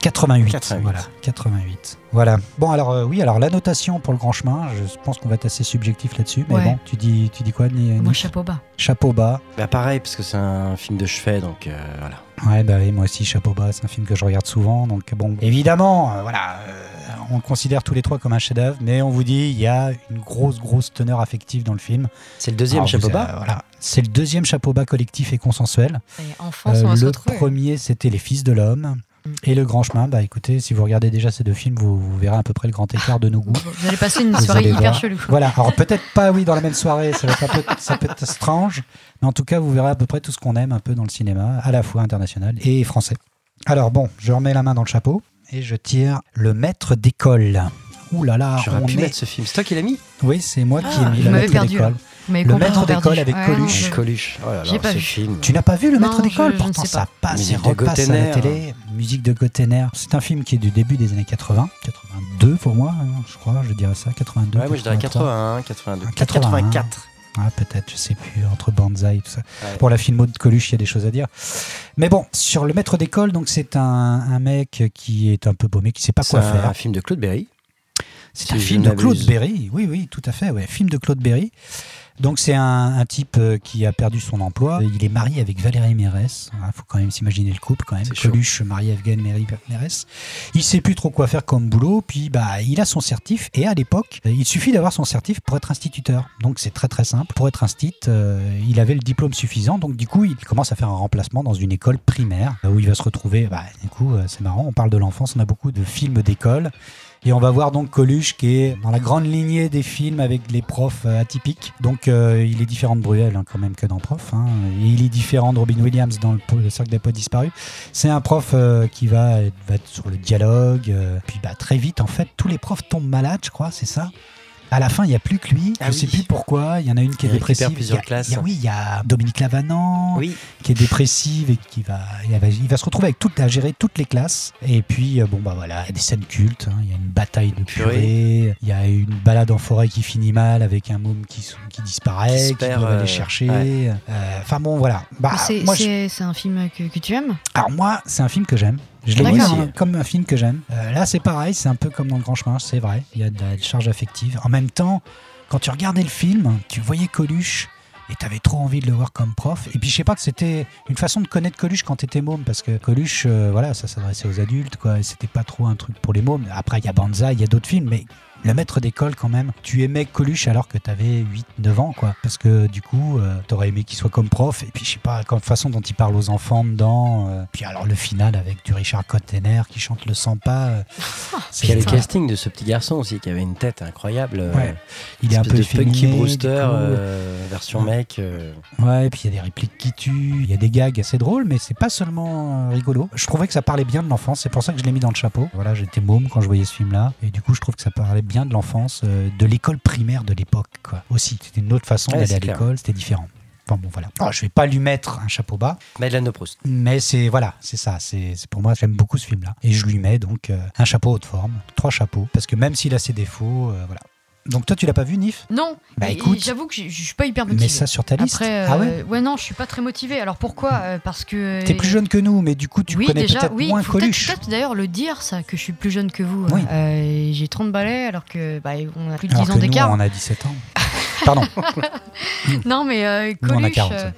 A: 88,
B: 88.
A: Voilà, 88. Voilà. Bon, alors, euh, oui, alors la notation pour le grand chemin, je pense qu'on va être assez subjectif là-dessus. Mais
C: Ouais.
A: bon, tu dis, tu dis quoi, Ni-
C: Moi,
A: Nick
C: chapeau bas.
A: Chapeau bas.
B: Bah pareil, parce que c'est un film de chevet, donc euh, voilà.
A: Ouais, bah oui, moi aussi, Chapeau bas, c'est un film que je regarde souvent. Donc, bon, évidemment, euh, voilà, euh, on le considère tous les trois comme un chef-d'œuvre, mais on vous dit, il y a une grosse, grosse teneur affective dans le film.
B: C'est le deuxième
A: Alors, vous-
B: chapeau
A: euh,
B: bas.
A: voilà. C'est le deuxième Chapeau bas collectif et consensuel.
C: Ça y est, Enfance, on
A: Euh,
C: va se
A: le
C: retrouver.
A: premier, c'était Les Fils de l'Homme.
C: Mm.
A: Et Le Grand Chemin, bah écoutez, si vous regardez déjà ces deux films, vous, vous verrez à peu près le grand écart de nos
C: <laughs>
A: goûts.
C: Vous allez passer une
A: Vous
C: soirée
A: allez
C: hyper
A: voir.
C: chelou.
A: Voilà, alors peut-être pas, oui, dans la même soirée, ça, va être un peu- ça peut être strange, mais en tout cas, vous verrez à peu près tout ce qu'on aime un peu dans le cinéma, à la fois international et français. Alors bon, je remets la main dans le chapeau et je tire le maître d'école. Ouh là là,
B: J'aurais
A: on
B: pu
A: est-
B: mettre ce film. C'est toi qui l'as mis
A: Oui, c'est moi qui ai mis
C: Ah, je
A: le
C: m'avais
A: maître
C: perdu,
A: d'école.
C: Vous m'avez
A: Le
C: complètement
A: maître d'école
C: perdu.
A: avec
C: Ouais,
A: Coluche.
C: non, je-
B: Coluche. Oh là
C: J'ai
B: là,
C: pas
B: ce
C: vu.
B: film.
A: Tu n'as pas vu le maître
C: Non, je-
A: d'école
C: je ne
A: Pourtant,
C: sais pas.
A: ça passe et
B: Musique de
A: repasse à la
B: Gotenner.
A: télé. Musique de Gotenner. C'est un film qui est du début des années 80, 82 pour moi, hein, je crois, je dirais ça, 82.
B: Ouais, moi je dirais
A: 83.
B: 81, 82,
A: Ah, 81.
B: 84.
A: Ah, peut-être, je sais plus, entre Banzai et tout ça.
B: Ouais.
A: Pour la filmo de Coluche, il y a des choses à dire. Mais bon, sur le maître d'école, donc c'est un, un mec qui est un peu paumé, qui sait pas
B: C'est
A: quoi
B: un
A: faire.
B: film de Claude Berry.
A: C'est
B: si
A: un
B: je
A: film
B: ne
A: de Claude
B: m'abuse.
A: Berry, oui, oui, tout à fait, ouais, film de Claude Berry. Donc c'est un, un type euh, qui a perdu son emploi. Il est marié avec Valérie Mérès. Il faut quand même s'imaginer le couple quand même.
B: C'est chaud.
A: Coluche marié avec Valérie Mérès. Il sait plus trop quoi faire comme boulot. Puis bah il a son certif et à l'époque euh, il suffit d'avoir son certif pour être instituteur. Donc c'est très très simple. Pour être instit, euh, il avait le diplôme suffisant. Donc du coup il commence à faire un remplacement dans une école primaire euh, où il va se retrouver. Bah, du coup euh, c'est marrant. On parle de l'enfance. On a beaucoup de films d'école. Et on va voir donc Coluche qui est dans la grande lignée des films avec les profs euh, atypiques. Donc euh, il est différent de Bruel hein, quand même que dans Prof. hein. Et il est différent de Robin Williams dans le, po- le Cercle des Potes Disparus. C'est un prof euh, qui va, être- va être sur le dialogue. euh, puis bah, très vite en fait, tous les profs tombent malades je crois, c'est ça à la fin, il n'y a plus que lui.
B: Ah
A: je
B: oui.
A: sais plus pourquoi. Il y en a une qui est
B: Il récupère
A: dépressive. Il y
B: plusieurs
A: a-
B: classes.
A: il y a- oui, il y a Dominique Lavanant
B: Oui.
A: qui est dépressive et qui va, il va, il va se retrouver avec toute, à gérer toutes les classes. Et puis, euh, bon, bah voilà, il y a des scènes cultes. hein. Il y a une bataille de
B: Purée.
A: purée. Il y a une balade en forêt qui finit mal avec un môme qui, sou- qui
B: Qui
A: disparaît,
B: se
A: qui,
B: perd,
A: doit aller
B: euh,
A: chercher.
B: ouais.
A: Euh, Enfin bon, voilà. Bah,
C: Mais Ah, C'est
A: moi, je-
C: c'est- c'est un film que, que tu aimes
A: alors moi, c'est un film que j'aime. Je l'ai
C: D'accord.
A: mis
B: Moi aussi.
A: hein, comme un film que j'aime. Euh, là, c'est pareil, c'est un peu comme dans Le Grand Chemin, c'est vrai. Il y a de la charge affective. En même temps, quand tu regardais le film, tu voyais Coluche et t'avais trop envie de le voir comme prof. Et puis, je sais pas que c'était une façon de connaître Coluche quand t'étais môme, parce que Coluche, euh, voilà, ça s'adressait aux adultes, quoi. et C'était pas trop un truc pour les mômes. Après, il y a Banzai, il y a d'autres films, mais le maître d'école, quand même, tu aimais Coluche alors que t'avais 8-9 ans, quoi. Parce que du coup, euh, t'aurais aimé qu'il soit comme prof. Et puis, je sais pas, comme façon dont il parle aux enfants dedans. euh. Puis alors, le final avec du Richard Cottener qui chante le Sampa. euh, c'est-
B: Puis il y a le
C: Putain.
B: casting de ce petit garçon aussi qui avait une tête incroyable. euh,
A: Ouais. Il est un
B: espèce
A: peu
B: de Punky
A: efféminé,
B: Brewster
A: du coup.
B: euh, version mec. euh,
A: Ouais, et puis il y a des répliques qui tuent, il y a des gags assez drôles, mais c'est pas seulement euh, rigolo. Je trouvais que ça parlait bien de l'enfance, c'est pour ça que je l'ai mis dans le chapeau. Voilà, j'étais môme quand je voyais ce film-là, et du coup, je trouve que ça parlait bien de l'enfance, euh, de l'école primaire de l'époque, quoi. Aussi, c'était une autre façon
B: Ouais,
A: d'aller
B: c'est
A: à
B: clair.
A: l'école, c'était différent. Enfin bon, voilà. Alors, je vais pas lui mettre un chapeau bas,
B: Madeleine de Proust.
A: mais c'est voilà, c'est ça. C'est c'est pour moi, j'aime beaucoup ce film-là, et je lui mets donc euh, un chapeau haute forme, trois chapeaux, parce que même s'il a ses défauts, euh, voilà. Donc toi, tu l'as pas vu, Nif
C: Non.
A: Bah,
C: Et- et
A: écoute,
C: J'avoue que je je suis pas hyper motivée.
A: Mets ça sur ta liste.
C: Après, euh,
A: ah ouais.
C: non, je suis pas très motivée. Alors pourquoi Euh, Parce que.
A: T'es plus jeune que nous, mais du coup, tu
C: oui,
A: connais
C: déjà,
A: peut-être
C: oui,
A: moins
C: faut peut-être-
A: Coluche.
C: Peut-être d'ailleurs le dire, ça, que je suis plus jeune que vous. hein.
A: Oui.
C: Euh, J'ai 30 balais alors que bah, on a plus de 10
A: Alors que
C: ans
A: nous,
C: d'écart. <laughs>
A: on a 17 ans. Pardon.
C: Non, mais euh,
A: Nous, on a
C: Coluche.
A: 40.
C: euh,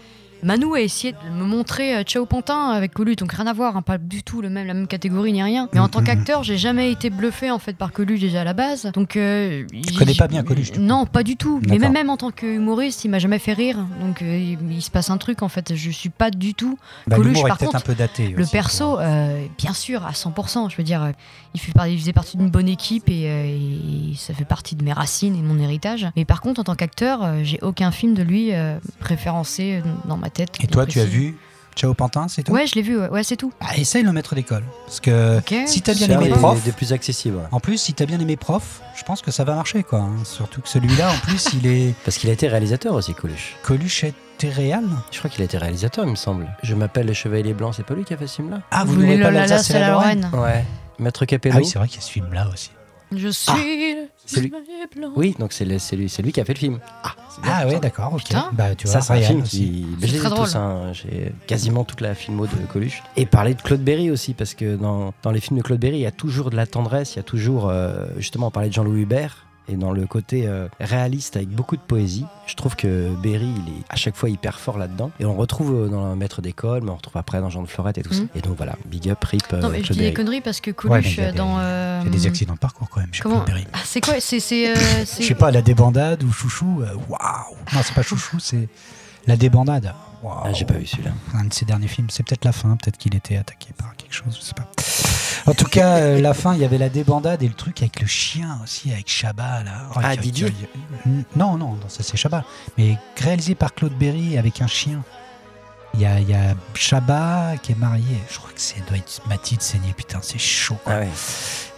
C: Manou a essayé de me montrer euh, Ciao Pantin avec Coluche, donc rien à voir, hein, pas du tout le même, la même catégorie ni rien. Mais en tant
A: Mhm.
C: qu'acteur, j'ai jamais été bluffé en fait par Coluche déjà à la base. Donc, euh, j-
A: connais
C: j-
A: pas bien Coluche, du coup.
C: Non, pas du tout. Mais
A: D'accord.
C: même, même en tant qu'humoriste, il m'a jamais fait rire. Donc euh, il, il se passe un truc en fait. Je suis pas du tout
A: Bah,
C: Coluche,
A: L'humour est
C: par
A: peut-être un
C: contre,
A: peu daté.
C: le
A: aussi,
C: perso,
A: quoi.
C: euh, bien sûr, à 100%. Je veux dire, euh, il, fait par- il faisait partie d'une bonne équipe et, euh, et ça fait partie de mes racines et de mon héritage. Mais par contre, en tant qu'acteur, euh, j'ai aucun film de lui euh, référencé dans ma tête.
A: Et toi, tu as
C: précis.
A: vu Ciao Pantin, c'est tout
C: Ouais, je l'ai vu, ouais, ouais, c'est tout.
A: Bah, Essaye le maître d'école. Parce que
C: Ok.
A: Euh, si t'as bien
B: C'est un
A: aimé
B: des-
A: Prof,
B: Des plus accessibles. ouais.
A: en plus, si t'as bien aimé Prof, je pense que ça va marcher. quoi. hein. Surtout que celui-là, en plus, il
C: <laughs>
A: est
B: Parce qu'il a été réalisateur aussi, Coluche.
A: Coluche était réel.
B: Je crois qu'il a été réalisateur, il me semble. Je m'appelle Les Chevaliers Blancs, c'est pas lui qui a fait ce film-là
A: Ah, vous,
C: voulez
A: n'aurez pas
C: Lola,
A: l'Alsace et
C: c'est
A: la Lorraine
B: Ouais. Maître
A: Ah
B: Capello
A: oui, c'est vrai qu'il y a ce film-là aussi.
C: Je
A: Ah,
C: suis le
B: c'est lui.
C: chevalier blanc.
B: Oui, donc c'est le- c'est lui, c'est lui qui a fait le film. Ah, c'est bien,
A: Ah ouais,
B: ça.
A: d'accord, ok.
C: Putain.
A: Bah, tu vois,
B: Ça, c'est un
A: Ryan
B: film
A: aussi.
B: qui.
C: C'est
B: J'ai
C: très drôle.
B: tous, hein, j'ai quasiment toute la filmo de Coluche. Et parler de Claude Berry aussi, parce que dans, dans les films de Claude Berry, il y a toujours de la tendresse, il y a toujours. euh, justement, on parlait de Jean-Louis Hubert. Et dans le côté euh, réaliste avec beaucoup de poésie, je trouve que Berry, il est à chaque fois hyper fort là-dedans. Et on le retrouve euh, dans Maître d'école, mais on le retrouve après dans Jean de Florette et tout ça.
C: Mhm.
B: Et donc voilà, big up, rip, euh,
C: Non, mais je
B: Claude
C: dis des
B: Berry.
C: conneries parce que
A: Ouais, mais
C: Coluche
A: il y a
C: euh,
A: des-
C: dans. euh,
A: Il y a des accidents de parcours quand même chez
C: Comment
A: Claude Berry.
C: Ah, c'est quoi C'est. c'est, euh,
A: <coughs>
C: c'est-
A: Je sais pas, la débandade ou chouchou, euh, waouh Non, c'est pas chouchou, c'est la débandade. Waouh.
B: Ah, j'ai pas vu celui-là.
A: un de ses derniers films. C'est peut-être la fin, peut-être qu'il était attaqué par quelque chose, je sais pas. En tout cas, euh, la fin, il y avait la débandade et le truc avec le chien aussi, avec Chabat là. Oh,
B: Ah,
A: qui-
B: Didier
A: qui- Non, non, non, ça c'est Chabat. Mais réalisé par Claude Berry avec un chien. Il y a, il y a Chabat qui est marié. Je crois que c'est doit être Mathilde Seigné. Putain, c'est chaud. quoi.
B: Ah ouais.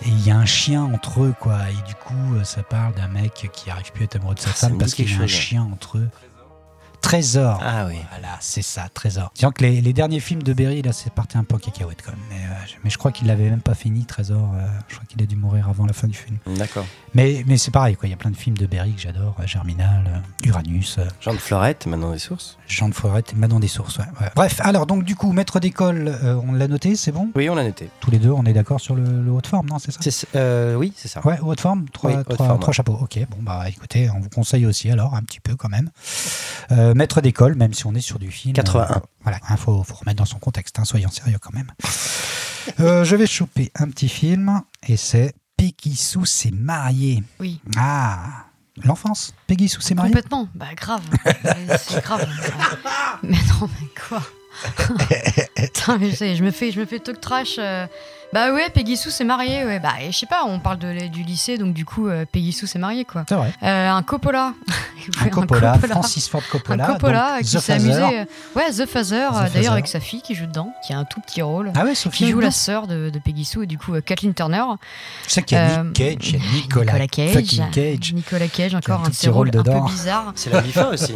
A: Et il y a un chien entre eux, quoi. Et du coup, euh, ça parle d'un mec qui arrive plus à être amoureux de sa
B: Ah, ça
A: femme
B: me
A: parce
B: dit quelque
A: qu'il y a un
B: chose.
A: chien entre eux. Trésor.
B: Ah oui.
A: Voilà, c'est ça, Trésor. Disons que les, les derniers films de Berry, là, c'est parti un peu en cacahuète quand même. Mais, euh, je- mais je crois qu'il l'avait même pas fini, Trésor. euh, je crois qu'il a dû mourir avant la fin du film.
B: D'accord.
A: Mais, mais c'est pareil, quoi. Il y a plein de films de Berry que j'adore. euh, Germinal, euh, Uranus, euh,
B: Jean de Florette, maintenant des sources.
A: Jean de Forêt et Manon des Sources. ouais, ouais. Bref, alors, donc, du coup, Maître d'école, euh, on l'a noté, c'est bon
B: Oui, on l'a noté.
A: Tous les deux, on est d'accord sur le, le haut de forme, non C'est ça
B: C'est- euh, oui, c'est ça.
A: Ouais, haute forme, trois,
B: Oui, haute
A: trois-
B: forme,
A: trois
B: ouais.
A: chapeaux. Ok, bon, bah écoutez, on vous conseille aussi alors, un petit peu quand même. Euh, maître d'école, même si on est sur du film.
B: 81.
A: euh, voilà, il faut, faut remettre dans son contexte, hein, soyons sérieux quand même. Euh, je vais choper un petit film, et c'est Peggy Sue s'est mariée.
C: Oui.
A: Ah, l'enfance. Peggy Sue s'est mariée.
C: Complètement, bah
A: <laughs>
C: grave, C'est- c'est grave. mais non, mais
A: <laughs>
C: quoi Putain, mais je, sais, je me fais, je me fais talk trash. euh. Bah ouais, Peggy Sue s'est mariée, ouais. Bah et je sais pas, on parle de, la- du lycée, donc du coup, euh, Peggy Sue s'est mariée, quoi.
A: C'est vrai.
C: Euh, un Coppola. <laughs>
A: Un
C: Ouais,
A: Coppola,
C: un
A: Francis Ford
C: Un
A: Coppola.
C: Coppola
A: donc
C: qui
A: The
C: s'est
A: Father.
C: amusé. euh, Ouais, The Father,
A: The
C: euh,
A: Father.
C: d'ailleurs avec sa fille qui joue dedans, qui a un tout petit rôle.
A: Ah ouais, Sophie.
C: Qui joue
A: Hudson.
C: la sœur de, de Peggy Sue et du coup euh, Kathleen Turner.
A: Tu sais qu'il y a
C: Euh,
A: Nick Cage, il y a Nicolas,
C: Nicolas Cage.
A: fucking Cage.
C: Nicolas Cage,
A: Qui a un
C: encore un
A: tout
C: de
A: petit
C: ses
A: rôle
C: rôles un peu
A: dedans.
C: bizarres.
B: C'est la MIFA aussi.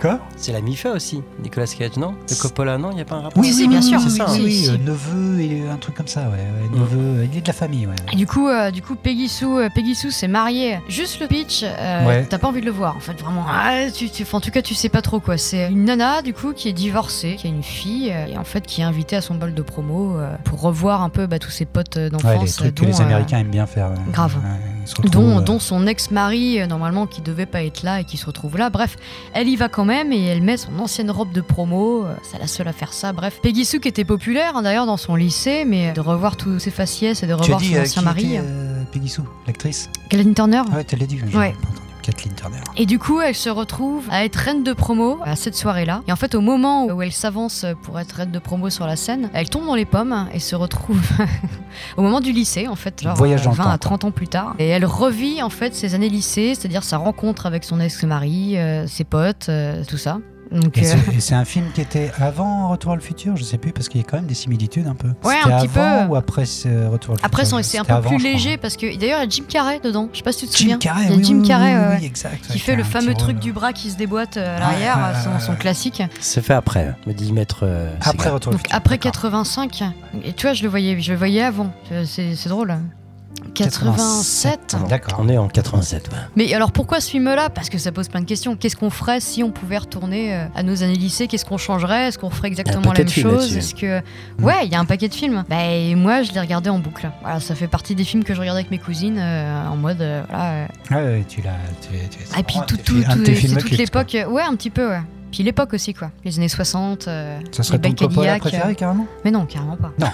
A: Quoi
B: C'est la MIFA aussi. Nicolas Cage, non Le Coppola, non Il n'y a pas un rapport
C: Oui, si, bien sûr,
A: Oui,
B: C'est ça.
A: oui,
B: hein.
C: oui,
A: oui,
C: si.
A: euh, neveu et euh, un truc comme ça, ouais. ouais, neveu, euh, il est de la famille, ouais.
C: Et du coup, euh, du coup, Peggy Sue, euh, Peggy Sue s'est mariée. Juste le pitch, euh,
A: Ouais.
C: t'as pas envie de le voir. En fait, vraiment, ah, tu, tu- enfin, en tout cas, tu sais pas trop quoi. C'est une nana, du coup, qui est divorcée, qui a une fille, euh, et en fait, qui est invitée à son bal de promo euh, pour revoir un peu bah, tous ses potes euh,
A: Ouais,
C: d'enfance,
A: les trucs que
C: dont,
A: les
C: euh,
A: Américains aiment bien faire. ouais.
C: grave.
A: Ouais, ils se retrouvent,
C: dont,
A: euh,
C: dont son ex-mari, euh, normalement, qui devait pas être là et qui se retrouve là. Bref, elle y va quand même et elle met son ancienne robe de promo. euh, C'est la seule à faire ça. Bref, Peggy Sue, qui était populaire, hein, d'ailleurs, dans son lycée, mais euh, de revoir tous ses faciès et
A: Tu
C: de
A: as
C: revoir
A: dit
C: son
A: euh,
C: ancien
A: qui
C: mari.
A: était, euh, Peggy Sue, l'actrice
C: Kathleen Turner.
A: Ah ouais, tu l'as dit, j'ai
C: Ouais.
A: pas entendu. Kathleen Turner.
C: Et du coup, elle se retrouve à être reine de promo à cette soirée-là. Et en fait, au moment où elle s'avance pour être reine de promo sur la scène, elle tombe dans les pommes et se retrouve <laughs> au moment du lycée, en fait, genre
A: Voyage dans le
C: 20
A: temps,
C: à 30 ans plus tard. Et elle revit, en fait, ses années lycée, c'est-à-dire sa rencontre avec son ex-mari, euh, ses potes, euh, tout ça. Donc,
A: Et
C: euh,
A: c'est- Et c'est un film qui était avant Retour à le futur, je sais plus, parce qu'il y a quand même des similitudes un peu.
C: Ouais,
A: C'était
C: un petit
A: avant
C: peu.
A: ou après ce Retour à le
C: Après,
A: futur
C: c'est un
A: C'était
C: peu
A: avant,
C: plus
A: je crois.
C: léger parce que d'ailleurs, il y a Jim Carrey dedans. Je sais pas si tu te
A: Jim
C: souviens.
A: Carrey,
C: Il y a
A: oui,
C: Jim
A: oui,
C: Carrey,
A: oui,
C: ouais,
A: oui, exact.
C: Qui
A: ouais,
C: fait
A: a
C: le
A: un
C: fameux
A: petit
C: truc
A: rôle.
C: du bras qui se déboîte euh, à
A: Ah,
C: l'arrière,
A: ah, ah,
C: son,
A: ah,
C: son
A: ah.
C: classique.
B: C'est fait après, me dit maître. euh, c'est
A: Après
B: grave.
A: Retour à le
C: Donc
A: futur.
C: après
A: Oh, d'accord.
C: 85. Et tu vois, je le voyais, je le voyais avant. Euh, C'est c'est drôle. 87.
A: Ah, D'accord.
B: On est en 87, ouais.
C: Mais alors pourquoi ce film-là Parce que ça pose plein de questions. Qu'est-ce qu'on ferait si on pouvait retourner euh, à nos années lycée Qu'est-ce qu'on changerait Est-ce qu'on ferait
A: Bah,
C: exactement
B: paquet
C: la même
B: de films
C: chose
B: là-dessus.
C: Est-ce que
A: Mm.
C: ouais, il y a un paquet de films. Bah, et moi, je les regardais en boucle. Voilà, ça fait partie des films que je regardais avec mes cousines euh, en mode euh, voilà. euh.
A: Ouais, ouais, tu l'as. tu- tu-
C: Ah, Et puis
A: c'est
C: tout,
A: vraiment
C: tout,
A: un de Oh, tes
C: tout-
A: films
C: c'est toute
A: cultes, quoi.
C: l'époque. euh, Ouais, un petit peu. Ouais. Puis l'époque aussi, quoi. Les années 60. euh,
A: Ça serait
C: les
A: ton
C: belles
A: Coppola
C: Cadillac,
A: préféré,
C: euh,
A: carrément
C: Mais non, carrément pas.
A: Non,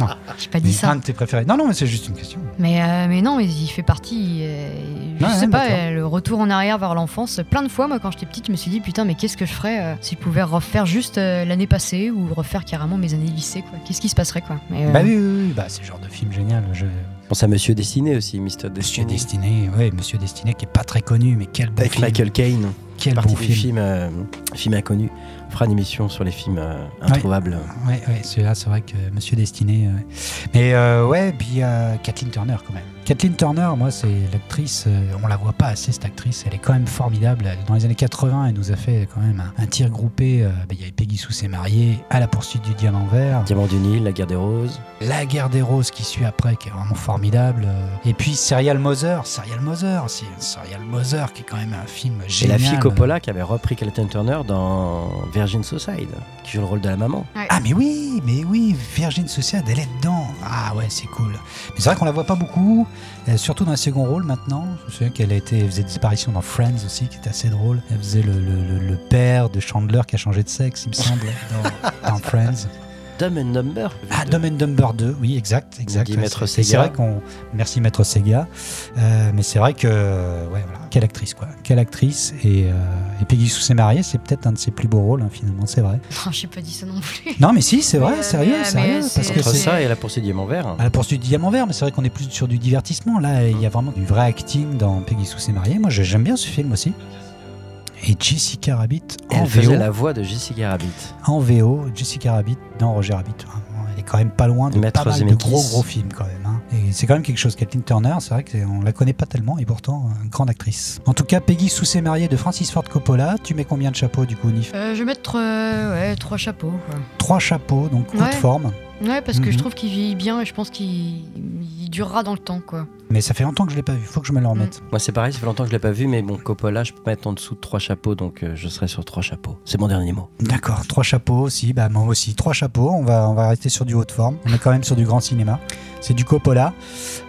A: non.
C: <laughs> J'ai pas dit ça.
A: Un de tes préférés. Non, non, mais c'est juste une question.
C: Mais, euh, mais non, mais il fait partie. euh, je
A: Ouais, ouais,
C: sais pas,
A: d'accord.
C: euh, le retour en arrière vers l'enfance. Plein de fois, moi, quand j'étais petite, je me suis dit, putain, mais qu'est-ce que je ferais euh, si je pouvais refaire juste euh, l'année passée ou refaire carrément mes années lycée, quoi. Qu'est-ce qui se passerait, quoi. Mais, euh,
A: Bah oui, oui, oui, bah, c'est le genre de film génial. Je...
B: Je pense à Monsieur Destiné aussi, Mr.
A: Monsieur
B: Destiné.
A: Destiné, ouais, Monsieur Destiné qui est pas très connu, mais quel bon
B: Avec
A: film.
B: Michael Caine.
A: Quel
B: partie
A: bon
B: des
A: film.
B: films, euh, films inconnus. On fera une émission sur les films euh, introuvables.
A: Ouais, ouais, celui-là, c'est vrai que Monsieur Destiné. ouais. Mais euh, ouais, puis euh, Kathleen Turner quand même. Kathleen Turner, moi, c'est l'actrice, euh, on la voit pas assez cette actrice, elle est quand même formidable. Dans les années 80, elle nous a fait quand même un, un tir groupé. euh, bah, Il y avait Peggy Sue s'est mariée, à la poursuite du diamant vert,
B: Diamant du Nil, La Guerre des Roses.
A: La guerre des roses qui suit après, qui est vraiment formidable. euh, Et puis Serial Mother, Serial Mother, c'est Serial Mother qui est quand même un film
B: Et la
A: génial.
B: fille Coppola qui avait repris Kathleen Turner dans Virgin Suicide, qui joue le rôle de la maman.
A: Ah mais oui, mais oui, Virgin Sociade, elle est dedans. Ah ouais, c'est cool. Mais c'est vrai qu'on la voit pas beaucoup, euh, surtout dans les second rôle maintenant. Je me souviens qu'elle a été, elle faisait des apparitions dans Friends aussi, qui était assez drôle. Elle faisait le, le- le- le père de Chandler qui a changé de sexe, il me semble, dans, dans Friends.
B: Dumb and Number.
A: Ah, Dumb and Dumber 2, oui, exact, exact.
B: dit
A: ouais,
B: Maître
A: c'est- C'est
B: Sega.
A: vrai qu'on, merci Maître Sega. Euh, mais c'est vrai que, euh, ouais, voilà, quelle actrice quoi, quelle actrice. Et, euh, et Peggy Sue s'est mariée, c'est peut-être un de ses plus beaux rôles hein, finalement, c'est
C: <laughs>
A: vrai.
C: <laughs> j'ai pas dit ça non plus.
A: Non mais si, c'est vrai,
C: Mais,
A: sérieux,
C: mais,
A: sérieux,
C: mais
A: parce
C: c'est-
A: que
B: Entre
A: c'est
B: ça et La Poursuite du Diamant Vert.
A: à la poursuite du diamant vert, mais c'est vrai qu'on est plus sur du divertissement. Là, il y a vraiment du vrai acting dans Peggy Sue s'est mariée. Moi, je- j'aime bien ce film aussi. Et Jessica Rabbit en
B: Elle
A: VO,
B: faisait la voix de Jessica Rabbit.
A: en VO, Jessica Rabbit dans Roger Rabbit. Vraiment, Elle est quand même pas loin de
B: Maître
A: pas mal de
B: Zemeckis.
A: gros gros films quand même. hein. Et c'est quand même quelque chose. Kathleen Turner, c'est vrai qu'on la connaît pas tellement et pourtant une grande actrice. En tout cas, Peggy Sue s'est mariée de Francis Ford Coppola. Tu mets combien de chapeaux du coup, Nif
C: Euh, je vais mettre euh, ouais, trois chapeaux, quoi.
A: Trois chapeaux, donc haute
C: Ouais.
A: forme.
C: Ouais, parce que
A: Mhm.
C: je trouve qu'il vieillit bien et je pense qu'il il durera dans le temps, quoi.
A: Mais ça fait longtemps que je l'ai pas vu. Faut que je me le remette.
B: Moi, c'est pareil, ça fait longtemps que je l'ai pas vu, mais bon, Coppola, je peux mettre en dessous de trois chapeaux, donc euh, je serai sur trois chapeaux. C'est mon dernier mot.
A: D'accord, trois chapeaux aussi, bah moi aussi, trois chapeaux, on va, on va rester sur du haut de forme, on est quand même sur du grand cinéma, c'est du Coppola,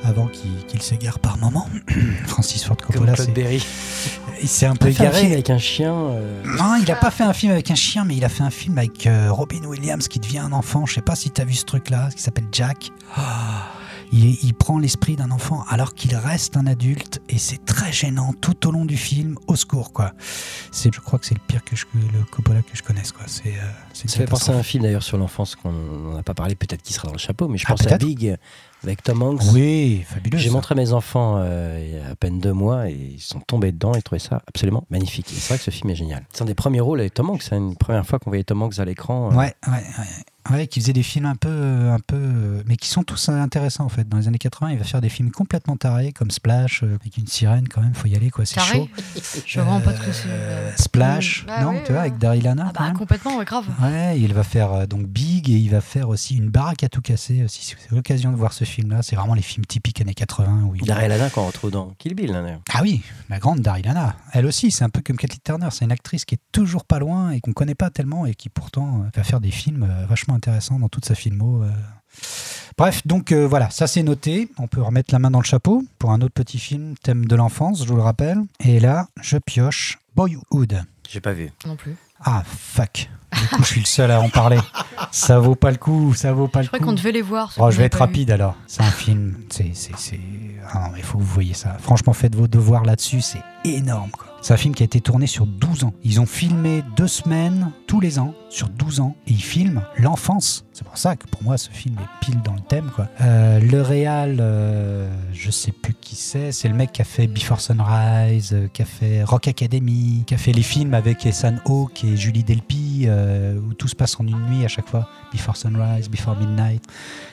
A: avant qu'il qu'il s'égare par moment, <clears throat> Francis Ford
B: Comme
A: Coppola,
B: Claude
A: c'est-
B: Berry.
A: il s'est un peu
B: T'as fait un film
A: égaré.
B: avec un chien. euh,
A: Non, Hein, il a pas fait un film avec un chien, mais il a fait un film avec euh, Robin Williams qui devient un enfant, je sais pas si t'as vu ce truc-là, qui s'appelle Jack. Ah, il, est- il prend l'esprit d'un enfant alors qu'il reste un adulte, et c'est très gênant tout au long du film, au secours quoi. C'est- Je crois que c'est le pire que je- le Coppola que je connaisse quoi, c'est euh, c'est une
B: Ça fait penser
A: catastrophe.
B: à un film d'ailleurs sur l'enfance qu'on n'a pas parlé, peut-être qu'il sera dans le chapeau, mais je
A: Ah,
B: pense à
A: peut-être.
B: Big avec Tom Hanks.
A: Oui, fabuleux.
B: J'ai
A: ça.
B: montré à mes enfants euh, il y a à peine deux mois et ils sont tombés dedans et ils trouvaient ça absolument magnifique. Et C'est vrai que ce film est génial. C'est un des premiers rôles avec Tom Hanks, c'est une première fois qu'on voyait Tom Hanks à l'écran. euh,
A: Ouais, ouais, ouais. Ouais, qui faisait des films un peu, euh, un peu, euh, mais qui sont tous euh, intéressants en fait. Dans les années 80, il va faire des films complètement tarés, comme Splash, euh, avec une sirène quand même. Faut y aller quoi, c'est
C: Taré
A: chaud.
C: Je vois vraiment pas ce que c'est.
A: Euh,
C: euh,
A: Splash,
C: Mm. Ah
A: non,
C: oui,
A: tu vois,
C: ouais.
A: avec Daryl Hannah.
C: Ah
A: quand
C: bah
A: même.
C: complètement, ouais, grave.
A: Ouais, il va faire euh, donc Big et il va faire aussi une baraque à tout casser. euh, si c'est l'occasion de voir ce film-là, c'est vraiment les films typiques années 80 où il
B: Daryl Hannah qu'on retrouve dans Kill Bill. hein, d'ailleurs.
A: Ah oui, la grande Daryl Hannah. Elle aussi, c'est un peu comme Kathleen Turner. C'est une actrice qui est toujours pas loin et qu'on connaît pas tellement et qui pourtant euh, va faire des films euh, vachement intéressants dans toute sa filmo. euh. Bref, donc euh, voilà, ça c'est noté. On peut remettre la main dans le chapeau pour un autre petit film, thème de l'enfance, je vous le rappelle. Et là, je pioche Boyhood.
B: J'ai pas vu.
C: Non plus.
A: Ah, fuck. Du coup, je suis le seul à en parler. Ça vaut pas le coup, ça vaut pas
C: Je
A: le coup.
C: croyais qu'on devait les voir. ceux
A: Oh,
C: qu'on
A: je vais
C: avait
A: être
C: pas vus.
A: rapide alors. C'est un film. C'est, c'est, c'est... Ah non, mais il faut que vous voyez ça. Franchement, faites vos devoirs là-dessus. C'est énorme. quoi. C'est un film qui a été tourné sur 12 ans. Ils ont filmé deux semaines tous les ans sur 12 ans. Et ils filment l'enfance. C'est pour ça que pour moi, ce film est pile dans le thème. Quoi. Euh, le réal, euh, je sais plus qui c'est. C'est le mec qui a fait Before Sunrise, euh, qui a fait Rock Academy, qui a fait les films avec Ethan Hawke et Julie Delpy, euh, où tout se passe en une nuit à chaque fois. Before Sunrise, Before Midnight.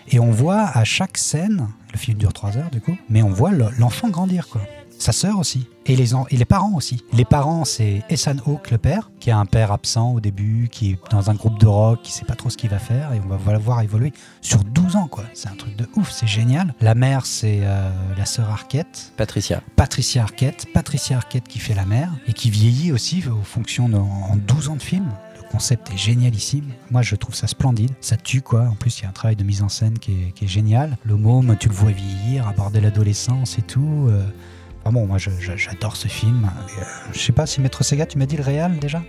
A: Et on voit à chaque scène, le film dure 3 heures du coup, mais on voit le- l'enfant grandir quoi. Sa sœur aussi. Et les, en- et les parents aussi. Les parents, c'est Ethan Hawke, le père, qui a un père absent au début, qui est dans un groupe de rock, qui sait pas trop ce qu'il va faire, et on va vo- le voir évoluer sur 12 ans, quoi. C'est un truc de ouf, c'est génial. La mère, c'est euh, la sœur Arquette,
B: Patricia.
A: Patricia Arquette, Patricia Arquette qui fait la mère et qui vieillit aussi euh, aux fonctions de- en 12 ans de film. Le concept est génialissime. Moi, je trouve ça splendide. Ça tue, quoi. En plus, il y a un travail de mise en scène qui est, qui est génial. Le môme, tu le vois vieillir, aborder l'adolescence et tout. euh. Enfin bon, moi, je- je- j'adore ce film. Et, euh, je sais pas si Maître Sega, tu m'as dit le réal déjà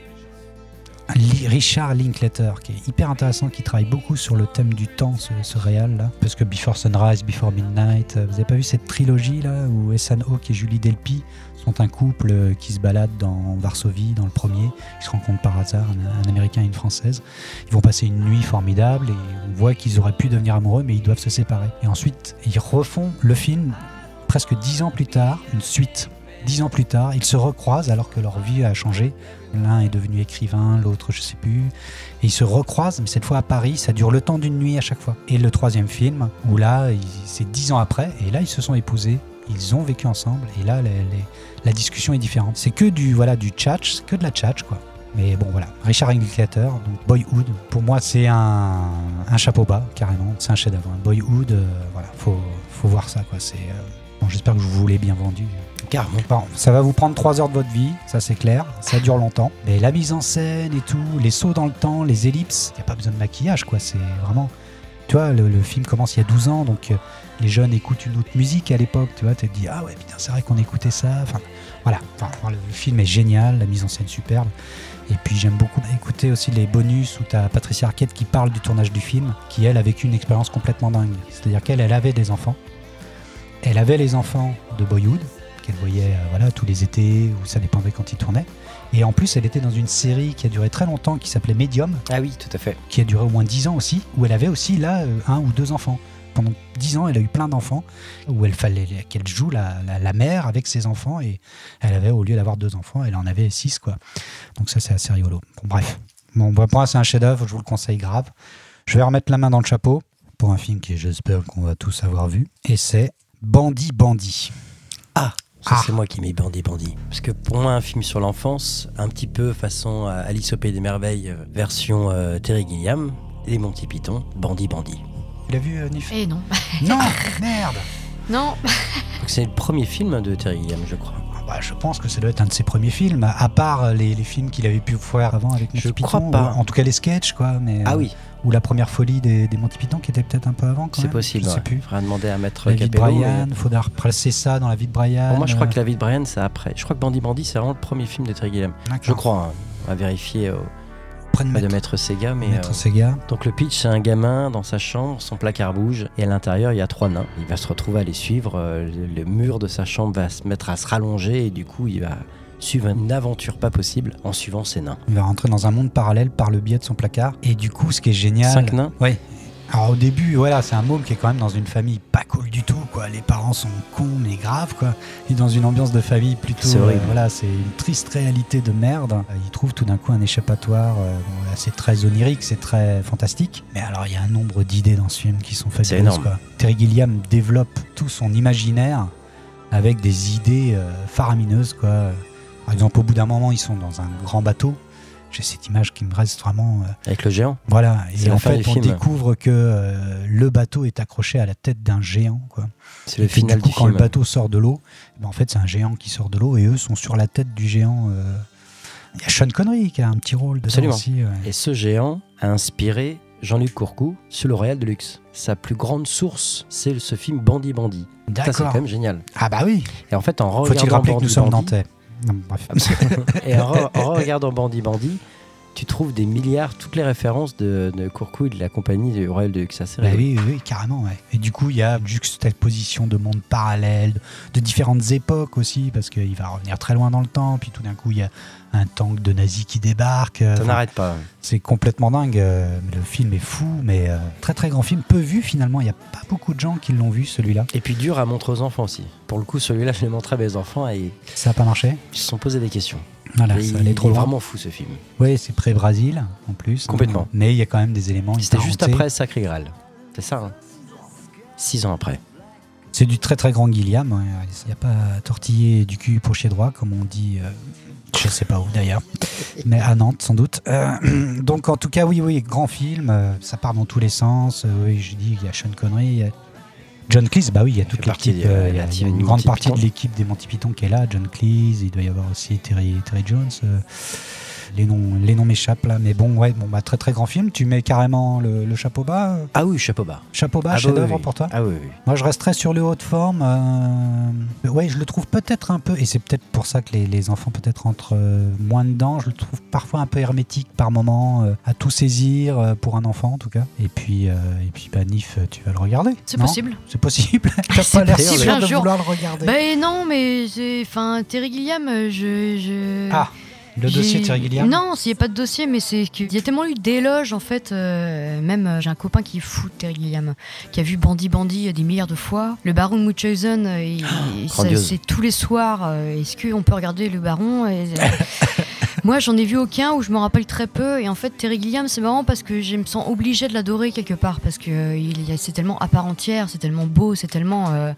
A: Li- Richard Linklater, qui est hyper intéressant, qui travaille beaucoup sur le thème du temps, ce, ce réal là. Parce que Before Sunrise, Before Midnight, euh, vous avez pas vu cette trilogie là où Ethan Hawke et Julie Delpy sont un couple euh, qui se balade dans Varsovie, dans le premier, ils se rencontrent par hasard, un, un Américain et une Française. Ils vont passer une nuit formidable et on voit qu'ils auraient pu devenir amoureux, mais ils doivent se séparer. Et ensuite, ils refont le film presque dix ans plus tard, une suite. Dix ans plus tard, ils se recroisent alors que leur vie a changé. L'un est devenu écrivain, l'autre je sais plus. Et ils se recroisent, mais cette fois à Paris, ça dure le temps d'une nuit à chaque fois. Et le troisième film, où là, ils- c'est dix ans après, et là ils se sont épousés, ils ont vécu ensemble, et là les- les- la discussion est différente. C'est que du voilà du tchatch, c'est que de la tchatch quoi. Mais bon voilà, Richard Linklater, donc Boyhood, pour moi c'est un, un chapeau bas carrément, c'est un chef-d'œuvre. hein. Boyhood, euh, voilà, faut, faut voir ça quoi. C'est euh, bon, j'espère que je vous l'ai bien vendu.
B: Carrément.
A: Bon, ça va vous prendre 3 heures de votre vie, ça c'est clair, ça dure longtemps. Mais la mise en scène et tout, les sauts dans le temps, les ellipses, il n'y a pas besoin de maquillage, quoi, c'est vraiment... Tu vois, le, le film commence il y a 12 ans, donc euh, les jeunes écoutent une autre musique à l'époque, tu vois, tu te dis, ah ouais, putain, c'est vrai qu'on écoutait ça. Enfin, voilà, Enfin, le, le film est génial, la mise en scène superbe. Et puis j'aime beaucoup écouter aussi les bonus où tu as Patricia Arquette qui parle du tournage du film, qui elle a vécu une expérience complètement dingue. C'est-à-dire qu'elle, elle avait des enfants. Elle avait les enfants de Boyhood, qu'elle voyait euh, voilà, tous les étés, ou ça dépendait quand il tournait. Et en plus, elle était dans une série qui a duré très longtemps, qui s'appelait Medium,
B: Ah oui, tout à fait.
A: qui a duré au moins 10 ans aussi, où elle avait aussi là euh, un ou deux enfants. Pendant 10 ans, elle a eu plein d'enfants, où elle fallait qu'elle joue la, la, la mère avec ses enfants, et elle avait, au lieu d'avoir deux enfants, elle en avait six, quoi. Donc ça, c'est assez rigolo. Bon, bref. Bon, bah, pour moi, c'est un chef-d'œuvre, je vous le conseille grave. Je vais remettre la main dans le chapeau pour un film que j'espère qu'on va tous avoir vu, et c'est Bandit Bandit.
B: Ah ça,
A: Ah.
B: c'est moi qui mets Bandit Bandit. Parce que pour moi, un film sur l'enfance, un petit peu façon euh, Alice au Pays des Merveilles, euh, version euh, Terry Gilliam, et mon petit Python, Bandit Bandit.
A: Tu l'as vu, euh, Nif
C: Eh non. <laughs>
A: Non,
B: Ah,
A: merde
C: Non,
B: Donc, c'est le premier film de Terry Gilliam, je crois.
A: Ah bah, Je pense que ça doit être un de ses premiers films, à part les, les films qu'il avait pu faire avant avec Monty
B: Je
A: Python.
B: crois pas.
A: ou- en tout cas, les sketchs, quoi. Mais,
B: ah
A: euh,
B: oui,
A: Ou La Première Folie des, des Monty Python, qui était peut-être un peu avant, quand
B: c'est
A: même.
B: possible.
A: Je
B: ouais.
A: sais plus.
B: Faudra demander à Maître
A: La vie de
B: Capello, mais-
A: Brian, faudra replacer ça dans La vie de Brian.
B: Pour moi, je crois
A: euh,
B: que La vie de Brian, c'est après. Je crois que Bandit Bandit, c'est vraiment le premier film de Terry Gilliam.
A: euh, d'accord.
B: Je crois, hein. à vérifier euh,
A: Près de
B: auprès de
A: Ah. Maître,
B: Maître Sega, mais...
A: Maître
B: euh,
A: Sega.
B: Donc le pitch, c'est un gamin dans sa chambre, son placard bouge, et à l'intérieur, il y a trois nains. Il va se retrouver à les suivre, euh, le le mur de sa chambre va se mettre à se rallonger, et du coup, il va suivre une aventure pas possible en suivant ces nains.
A: Il va rentrer dans un monde parallèle par le biais de son placard. Et du coup, ce qui est génial.
B: Cinq nains
A: Ouais. Alors au début, voilà, c'est un môme qui est quand même dans une famille pas cool du tout, quoi. Les parents sont cons mais graves, quoi. Et dans une ambiance de famille plutôt, euh,
B: C'est horrible.
A: voilà, c'est une triste réalité de merde. Euh, Il trouve tout d'un coup un échappatoire. euh, bon, là, c'est très onirique, c'est très fantastique. Mais alors il y a un nombre d'idées dans ce film qui sont fabuleuses.
B: C'est énorme.
A: quoi. Terry Gilliam développe tout son imaginaire avec des idées euh, faramineuses, quoi. Par exemple, au bout d'un moment, ils sont dans un grand bateau. J'ai cette image qui me reste vraiment. euh,
B: avec le géant.
A: voilà,
B: C'est
A: et en
B: la fin
A: fait,
B: du
A: on
B: film.
A: découvre que euh, le bateau est accroché à la tête d'un géant. Quoi.
B: C'est le
A: Et puis,
B: final
A: du coup,
B: du
A: quand
B: film.
A: le bateau sort de l'eau, ben, en fait, c'est un géant qui sort de l'eau et eux sont sur la tête du géant. euh. Il y a Sean Connery qui a un petit rôle dedans
B: Absolument.
A: aussi. ouais.
B: Et ce géant a inspiré Jean-Luc Courcou sur le Royal de Luxe. Sa plus grande source, c'est ce film Bandit Bandit. Ça, c'est
A: D'accord.
B: quand même génial.
A: Ah bah oui.
B: Et en fait, en regardant
A: Faut-il rappeler que
B: Bandit
A: nous sommes
B: Bandit,
A: nantais Non, bref.
B: Et en, re- en regardant Bandit Bandit, tu trouves des milliards, toutes les références de, de Courcou et de la compagnie du Royal de Luxe.
A: <laughs> Bah oui, oui, oui, carrément. ouais. Et du coup, il y a une juxtaposition de mondes parallèles, de différentes époques aussi, parce qu'il va revenir très loin dans le temps. Puis tout d'un coup, il y a un tank de nazis qui débarque. euh,
B: T'en
A: enfin,
B: arrêtes pas.
A: C'est complètement dingue. euh, Le film est fou, mais euh, très très grand film. Peu vu finalement. Il n'y a pas beaucoup de gens qui l'ont vu celui-là.
B: Et puis dur à montrer aux enfants aussi. Pour le coup, celui-là, je l'ai montré à mes enfants et
A: Ça n'a pas marché.
B: ils se sont posé des questions.
A: Voilà,
B: Et
A: ça
B: il
A: allait trop
B: est
A: loin.
B: vraiment fou ce film.
A: Oui, c'est pré-Brésil en plus.
B: Complètement.
A: Mais il y a quand même des éléments.
B: C'était juste
A: imparentés.
B: après Sacré Graal. C'est ça, hein Six ans après.
A: C'est du très très grand Gilliam. hein. Il n'y a pas à tortiller du cul pour chez droit, comme on dit. euh, je sais pas où d'ailleurs, mais à Nantes sans doute. Euh, <clears throat> donc en tout cas, oui, oui, grand film. euh, ça part dans tous les sens. euh, oui, je dis, il y a Sean Connery, il y a John Cleese. Bah oui, il y a toute
B: fait partie
A: l'équipe.
B: des-
A: euh, il y a
B: la
A: il y a
B: team
A: une
B: Monty
A: grande partie
B: Python.
A: de l'équipe des Monty Python qui est là. John Cleese. Il doit y avoir aussi Terry, Terry Jones. euh, les noms, les noms m'échappent là, mais bon, ouais, bon, bah, très très grand film. Tu mets carrément le, le chapeau bas. euh,
B: Ah oui, chapeau bas.
A: Chapeau bas,
B: Ah bah
A: chef-d'œuvre
B: oui, oui.
A: pour toi
B: Ah oui, oui.
A: Moi, je resterais sur le haut de forme. euh, Ouais, je le trouve peut-être un peu, et c'est peut-être pour ça que les, les enfants peut-être rentrent euh, moins dedans. Je le trouve parfois un peu hermétique par moment, euh, à tout saisir euh, pour un enfant en tout cas. Et puis, euh, et puis, bah, Nif, tu vas le regarder
C: C'est
A: non
C: possible.
A: C'est possible.
C: <laughs>
A: T'as
C: C'est
A: pas l'air
C: possible,
A: sûr
C: un
A: de
C: jour.
A: vouloir le regarder.
C: Ben non, mais c'est- enfin Terry Gilliam, euh, je, je-
A: Ah, le
C: j'ai-
A: dossier de Terry Gilliam.
C: Non, s'il n'y a pas de dossier, mais c'est qu'il y a tellement eu d'éloges en fait. euh, même euh, j'ai un copain qui est fou de Terry Gilliam, qui a vu Bandit Bandit euh, des milliards de fois. Le Baron de Munchausen, euh, il-
A: Ah,
C: il- ça-
B: grandiose.
C: c'est tous les soirs. euh, Est-ce qu'on peut regarder le Baron Et,
A: <laughs>
C: euh, Moi, j'en ai vu aucun où je m'en rappelle très peu. Et en fait, Terry Gilliam, c'est marrant parce que je me sens obligée de l'adorer quelque part. Parce que euh, il y a- c'est tellement à part entière, c'est tellement beau, c'est tellement. euh,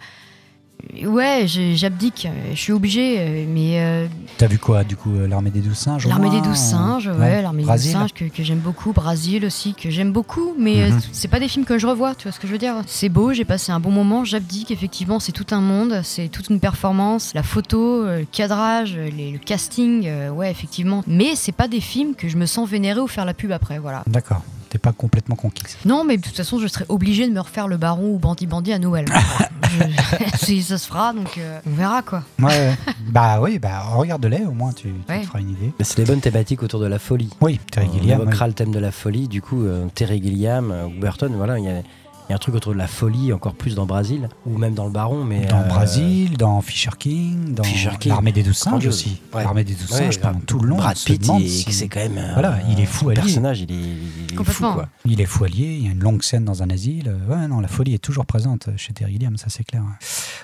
C: Ouais, j'ai- j'abdique, euh, je suis obligée, euh, mais euh,
A: T'as vu quoi du coup euh, L'armée des douze singes au
C: l'armée des
A: moins,
C: douze
A: euh,
C: singes, ouais, l'armée des douze
A: Brasil.
C: singes que, que j'aime beaucoup, Brasil aussi que j'aime beaucoup, mais euh,
A: Mhm.
C: c'est pas des films que je revois, tu vois ce que je veux dire C'est beau, j'ai passé un bon moment, j'abdique, effectivement, c'est tout un monde, c'est toute une performance, la photo, euh, le cadrage, euh, les- le casting, euh, ouais, effectivement, mais c'est pas des films que je me sens vénéré ou faire la pub après, voilà.
A: D'accord. T'es pas complètement conquise.
C: Non, mais de toute façon, je serais obligée de me refaire le Baron ou Bandit Bandit à Noël. Je- <laughs> si ça se fera, donc euh, on verra quoi.
A: Ouais.
C: <laughs>
A: ouais. bah oui, bah regarde-les au moins, tu, tu
C: Ouais.
A: te feras une idée.
B: Mais c'est les bonnes thématiques autour de la folie.
A: Oui, Terry
B: On
A: Gilliam.
B: évoquera le thème de la folie, du coup, euh, Terry Gilliam, euh, ou Burton, voilà, il y, a il y a un truc autour de la folie, encore plus dans Brasil, ou même dans le Baron, mais...
A: Dans
B: euh,
A: Brasil, dans Fisher King, dans
B: Fisher King.
A: l'armée des douze singes
B: Grandiose.
A: aussi.
B: Ouais.
A: L'armée des douze
B: ouais,
A: singes pendant tout le long.
B: Brad
A: on se
B: Pitt,
A: demande
B: il-
A: si-
B: c'est quand même... euh,
A: Voilà, il est fou
B: le
A: allié.
B: personnage, il est, il est fou,
C: Complètement.
B: quoi.
A: Il est fou allié, il y a une longue scène dans un asile. Ouais, non, la folie est toujours présente chez Terry Gilliam, ça c'est clair.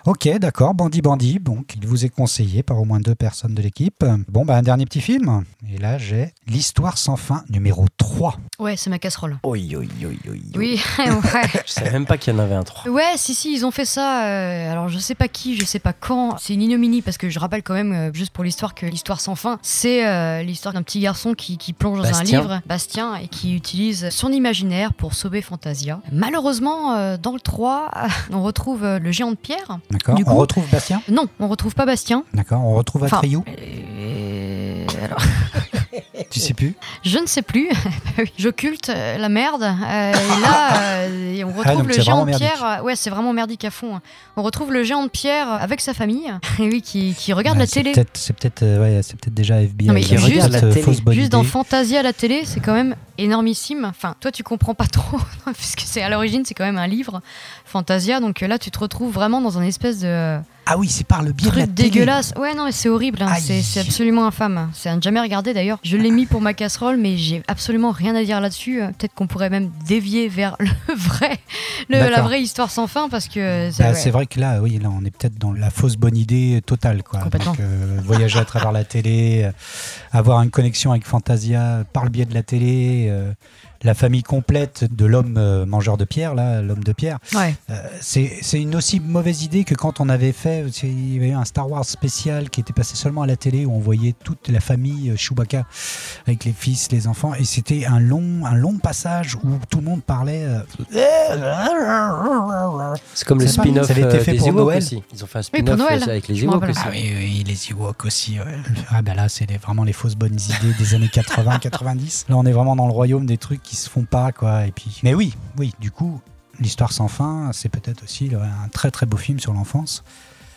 A: Ok, d'accord, Bandit Bandit, donc il vous est conseillé par au moins deux personnes de l'équipe. Bon, bah un dernier petit film. Et là, j'ai L'Histoire sans fin, numéro 3.
C: Ouais, c'est ma casserole.
B: Oi, oi, oi, oi, oi.
C: Oui, <laughs> ouais.
B: Je savais même pas qu'il y en avait un 3.
C: Ouais, si, si, ils ont fait ça. euh, alors, je sais pas qui, je sais pas quand. C'est une ignominie parce que je rappelle quand même, euh, juste pour l'histoire, que l'histoire sans fin, c'est euh, l'histoire d'un petit garçon qui, qui plonge dans
B: Bastien.
C: un livre, Bastien, et qui utilise son imaginaire pour sauver Fantasia. Malheureusement, euh, dans le 3, <laughs> on retrouve euh, le géant de pierre.
A: D'accord.
C: Du
A: On
C: coup-
A: retrouve Bastien
C: Non, on retrouve pas Bastien.
A: D'accord, on retrouve
C: Enfin,
A: Atreyu
C: Euh, alors,
A: Tu
C: euh,
A: sais plus
C: Je ne sais plus. <laughs> Bah J'occulte euh, la merde. Euh,
A: <laughs>
C: et là, euh, et on retrouve
A: Ah, donc
C: le
A: c'est
C: géant
A: vraiment
C: de
A: merdique.
C: pierre. euh, Ouais, c'est vraiment merdique à fond. hein. On retrouve le géant de pierre avec sa famille, Et <laughs> oui, qui, qui regarde
A: Ouais,
C: la
A: c'est
C: télé.
A: peut-être- C'est peut-être euh, ouais, c'est peut-être déjà FBI.
C: Non, mais
A: qui
C: juste-
A: regarde
B: la
A: cette
B: télé.
A: fausse bonne
C: Juste
A: idée.
C: dans Fantasia à la télé, c'est quand même énormissime. Enfin, toi, tu comprends pas trop, <laughs> puisque c'est à l'origine, c'est quand même un livre Fantasia. Donc euh, là, tu te retrouves vraiment dans un espèce de euh,
A: Ah oui, c'est par le biais de la
C: truc
A: télé.
C: dégueulasse. Ouais, non, mais c'est horrible. hein.
A: Aïe.
C: C'est c'est absolument infâme. hein. C'est à ne jamais regarder d'ailleurs. Je l'ai mis pour ma casserole, mais j'ai absolument rien à dire là-dessus. Euh, Peut-être qu'on pourrait même dévier vers le <laughs> vrai, le- la
A: D'accord.
C: vraie histoire sans fin, parce que euh,
A: Bah,
C: ouais.
A: C'est vrai que là, oui, là, on est peut-être dans la fausse bonne idée totale. Quoi.
C: Complètement.
A: Donc, euh, voyager à travers la télé, euh, avoir une connexion avec Fantasia par le biais de la télé, euh, la famille complète de l'homme euh, mangeur de pierre, là, l'homme de pierre.
C: Ouais.
A: Euh, c'est c'est une aussi mauvaise idée que quand on avait fait, c'est- il y avait eu un Star Wars spécial qui était passé seulement à la télé où on voyait toute la famille euh, Chewbacca avec les fils, les enfants, et c'était un long, un long passage où tout le monde parlait. euh,
B: C'est comme le
A: C'est pas-
B: spin-off
A: ça avait été
B: euh,
A: fait
B: des
A: pour
B: Ewoks
A: Noël.
B: aussi. Ils ont fait un
C: Oui,
B: spin-off
C: pour Noël.
B: euh, avec
C: Je
B: les
C: m'en
B: Ewoks
C: rappelle.
B: aussi.
A: Ah oui, oui, les Ewoks aussi. ouais. Ah ben là, c'est les- vraiment les fausses bonnes idées des années 80, 90. Là, on est vraiment dans le royaume des trucs qui se font pas, quoi. Et puis, mais oui, oui, du coup, l'histoire sans fin, c'est peut-être aussi là, un très très beau film sur l'enfance.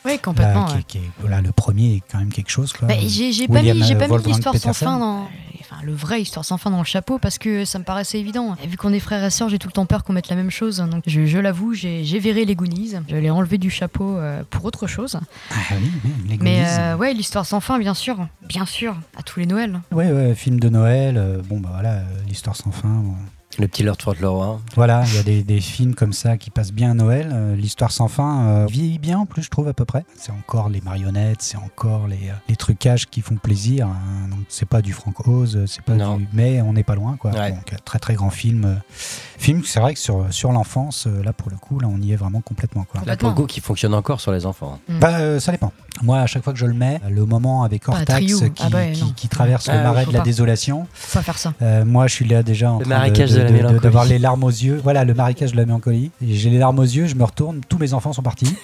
C: Oui,
A: Là,
C: complètement.
A: Bah, qui-
C: ouais.
A: qui est- voilà, le premier est quand même quelque chose, quoi.
C: Bah, j'ai j'ai pas
A: William,
C: mis, j'ai
A: euh,
C: pas mis
A: Wolfgang
C: l'histoire sans
A: Peterson.
C: fin dans. Enfin, le vrai histoire sans fin dans le chapeau parce que ça me paraissait évident. Et vu qu'on est frères et sœurs, j'ai tout le temps peur qu'on mette la même chose. Donc je, je l'avoue, j'ai j'ai viré les Goonies. Je l'ai enlevé du chapeau euh, pour autre chose.
A: Ah oui, oui, les
C: Mais
A: Goonies.
C: euh, ouais, l'histoire sans fin, bien sûr. Bien sûr. À tous les Noëls.
A: Ouais, ouais, film de Noël. euh, bon, bah voilà, euh, l'histoire sans fin. bon.
B: Le petit Lord hein. Fauntleroy.
C: Oh.
A: Voilà, il y a des, des films comme ça qui passent bien à Noël. Euh, L'histoire sans fin euh, vieillit bien en plus, je trouve, à peu près. C'est encore les marionnettes, c'est encore les, euh, les trucages qui font plaisir. hein. Donc, c'est pas du Frank Oz, euh, c'est pas
B: Non.
A: du... Mais on n'est pas loin, quoi.
B: Ouais.
A: Donc, euh, très très grand film. euh, film, c'est vrai que sur, sur l'enfance, euh, là, pour le coup, là, on y est vraiment complètement, quoi.
B: Là, pour le
C: Complètement.
B: coup, qui fonctionne encore sur les enfants. hein.
A: Bah, euh, ça dépend. Moi, à chaque fois que je le mets, le moment avec
C: Ah,
A: Hortax
C: Trio.
A: qui,
C: Ah bah,
A: qui-
C: non.
A: qui traverse
B: Ah,
A: le marais
C: faut
A: de la
C: pas.
A: désolation,
C: Faut pas faire ça.
A: euh, moi, je suis là déjà en
B: Le
A: train de-
B: marécage
A: de- de-
B: de la
A: de-
B: mélancolie.
A: d'avoir
B: <laughs>
A: les larmes aux yeux. Voilà, le marécage de la mélancolie. Et J'ai les larmes aux yeux, je me retourne, tous mes enfants sont partis.